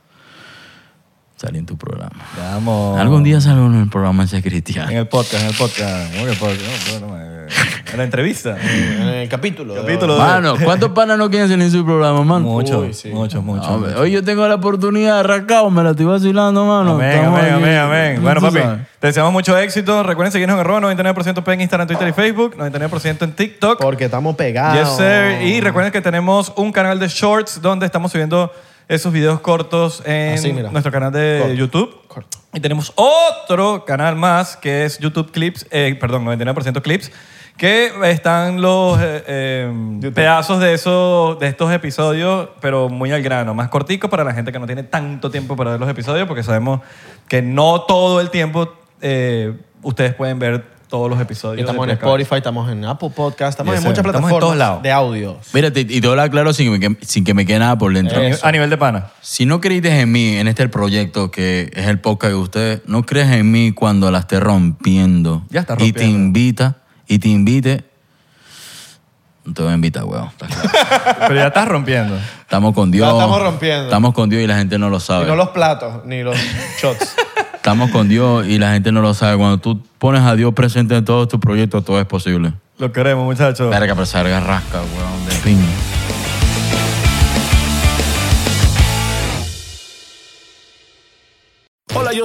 A: Salí en tu programa.
C: Vamos.
A: Algún día salgo en el programa ese
C: En
A: cristiano.
C: el podcast, en el podcast. ¿Cómo que podcast? No, no, no, eh, En
A: <laughs>
C: la entrevista.
B: En el capítulo. de-
C: Capítulo.
A: Mano, ¿cuántos panas no quieren salir en su programa, man?
C: Mucho,
B: Uy, sí.
C: mucho, mucho.
A: No, hombre, hoy yo tengo la oportunidad, racao, me la estoy vacilando, mano.
C: Amén,
A: Estamos
C: amén,
A: aquí.
C: amén, amén. Bueno,
A: Tú
C: papi,
A: sabes.
C: te deseamos mucho éxito. Recuerden seguirnos en arroba 99% P en Instagram, Twitter y Facebook, 99% en TikTok.
B: Porque estamos pegados.
C: Yes, sir. Y recuerden que tenemos un canal de shorts donde estamos subiendo esos videos cortos en
B: Así, Ah, mira.
C: nuestro canal de
B: Corto.
C: YouTube.
B: Corto.
C: Y tenemos otro canal más que es YouTube Clips, eh, perdón, 99% Clips, que están los eh, eh, pedazos de, esos de estos episodios, pero muy al grano, más cortico para la gente que no tiene tanto tiempo para ver los episodios, porque sabemos que no todo el tiempo eh, ustedes pueden ver todos los episodios.
B: Estamos en
C: de Pecado.
B: Spotify, estamos en Apple Podcast, estamos
C: Yes,
B: en
C: sir.
B: muchas
C: Estamos en
B: plataformas
C: todos lados.
B: de audio.
A: Mira, te- y te lo aclaro sin que, me que- sin que me quede nada por dentro.
C: A nivel- A nivel de pana.
A: Si no creíste en mí, en este proyecto que es el podcast de ustedes, no crees en mí cuando la esté rompiendo.
C: Ya está
A: Y te
C: rompiendo.
A: invita, y te invite. No te voy a invitar, weón. Está
B: <laughs>
A: claro.
C: Pero ya estás rompiendo.
A: Estamos con Dios.
B: La estamos rompiendo.
A: Estamos con Dios y la gente no lo
B: Y
A: sabe.
B: no los platos, ni
C: <laughs>
B: los shots.
A: Estamos con Dios y la gente no lo sabe. Cuando tú pones a Dios presente en todos tus proyectos, todo es posible.
C: Lo queremos, muchachos.
A: Verga, pero salga rasca, weón, de piña.
D: Hola, yo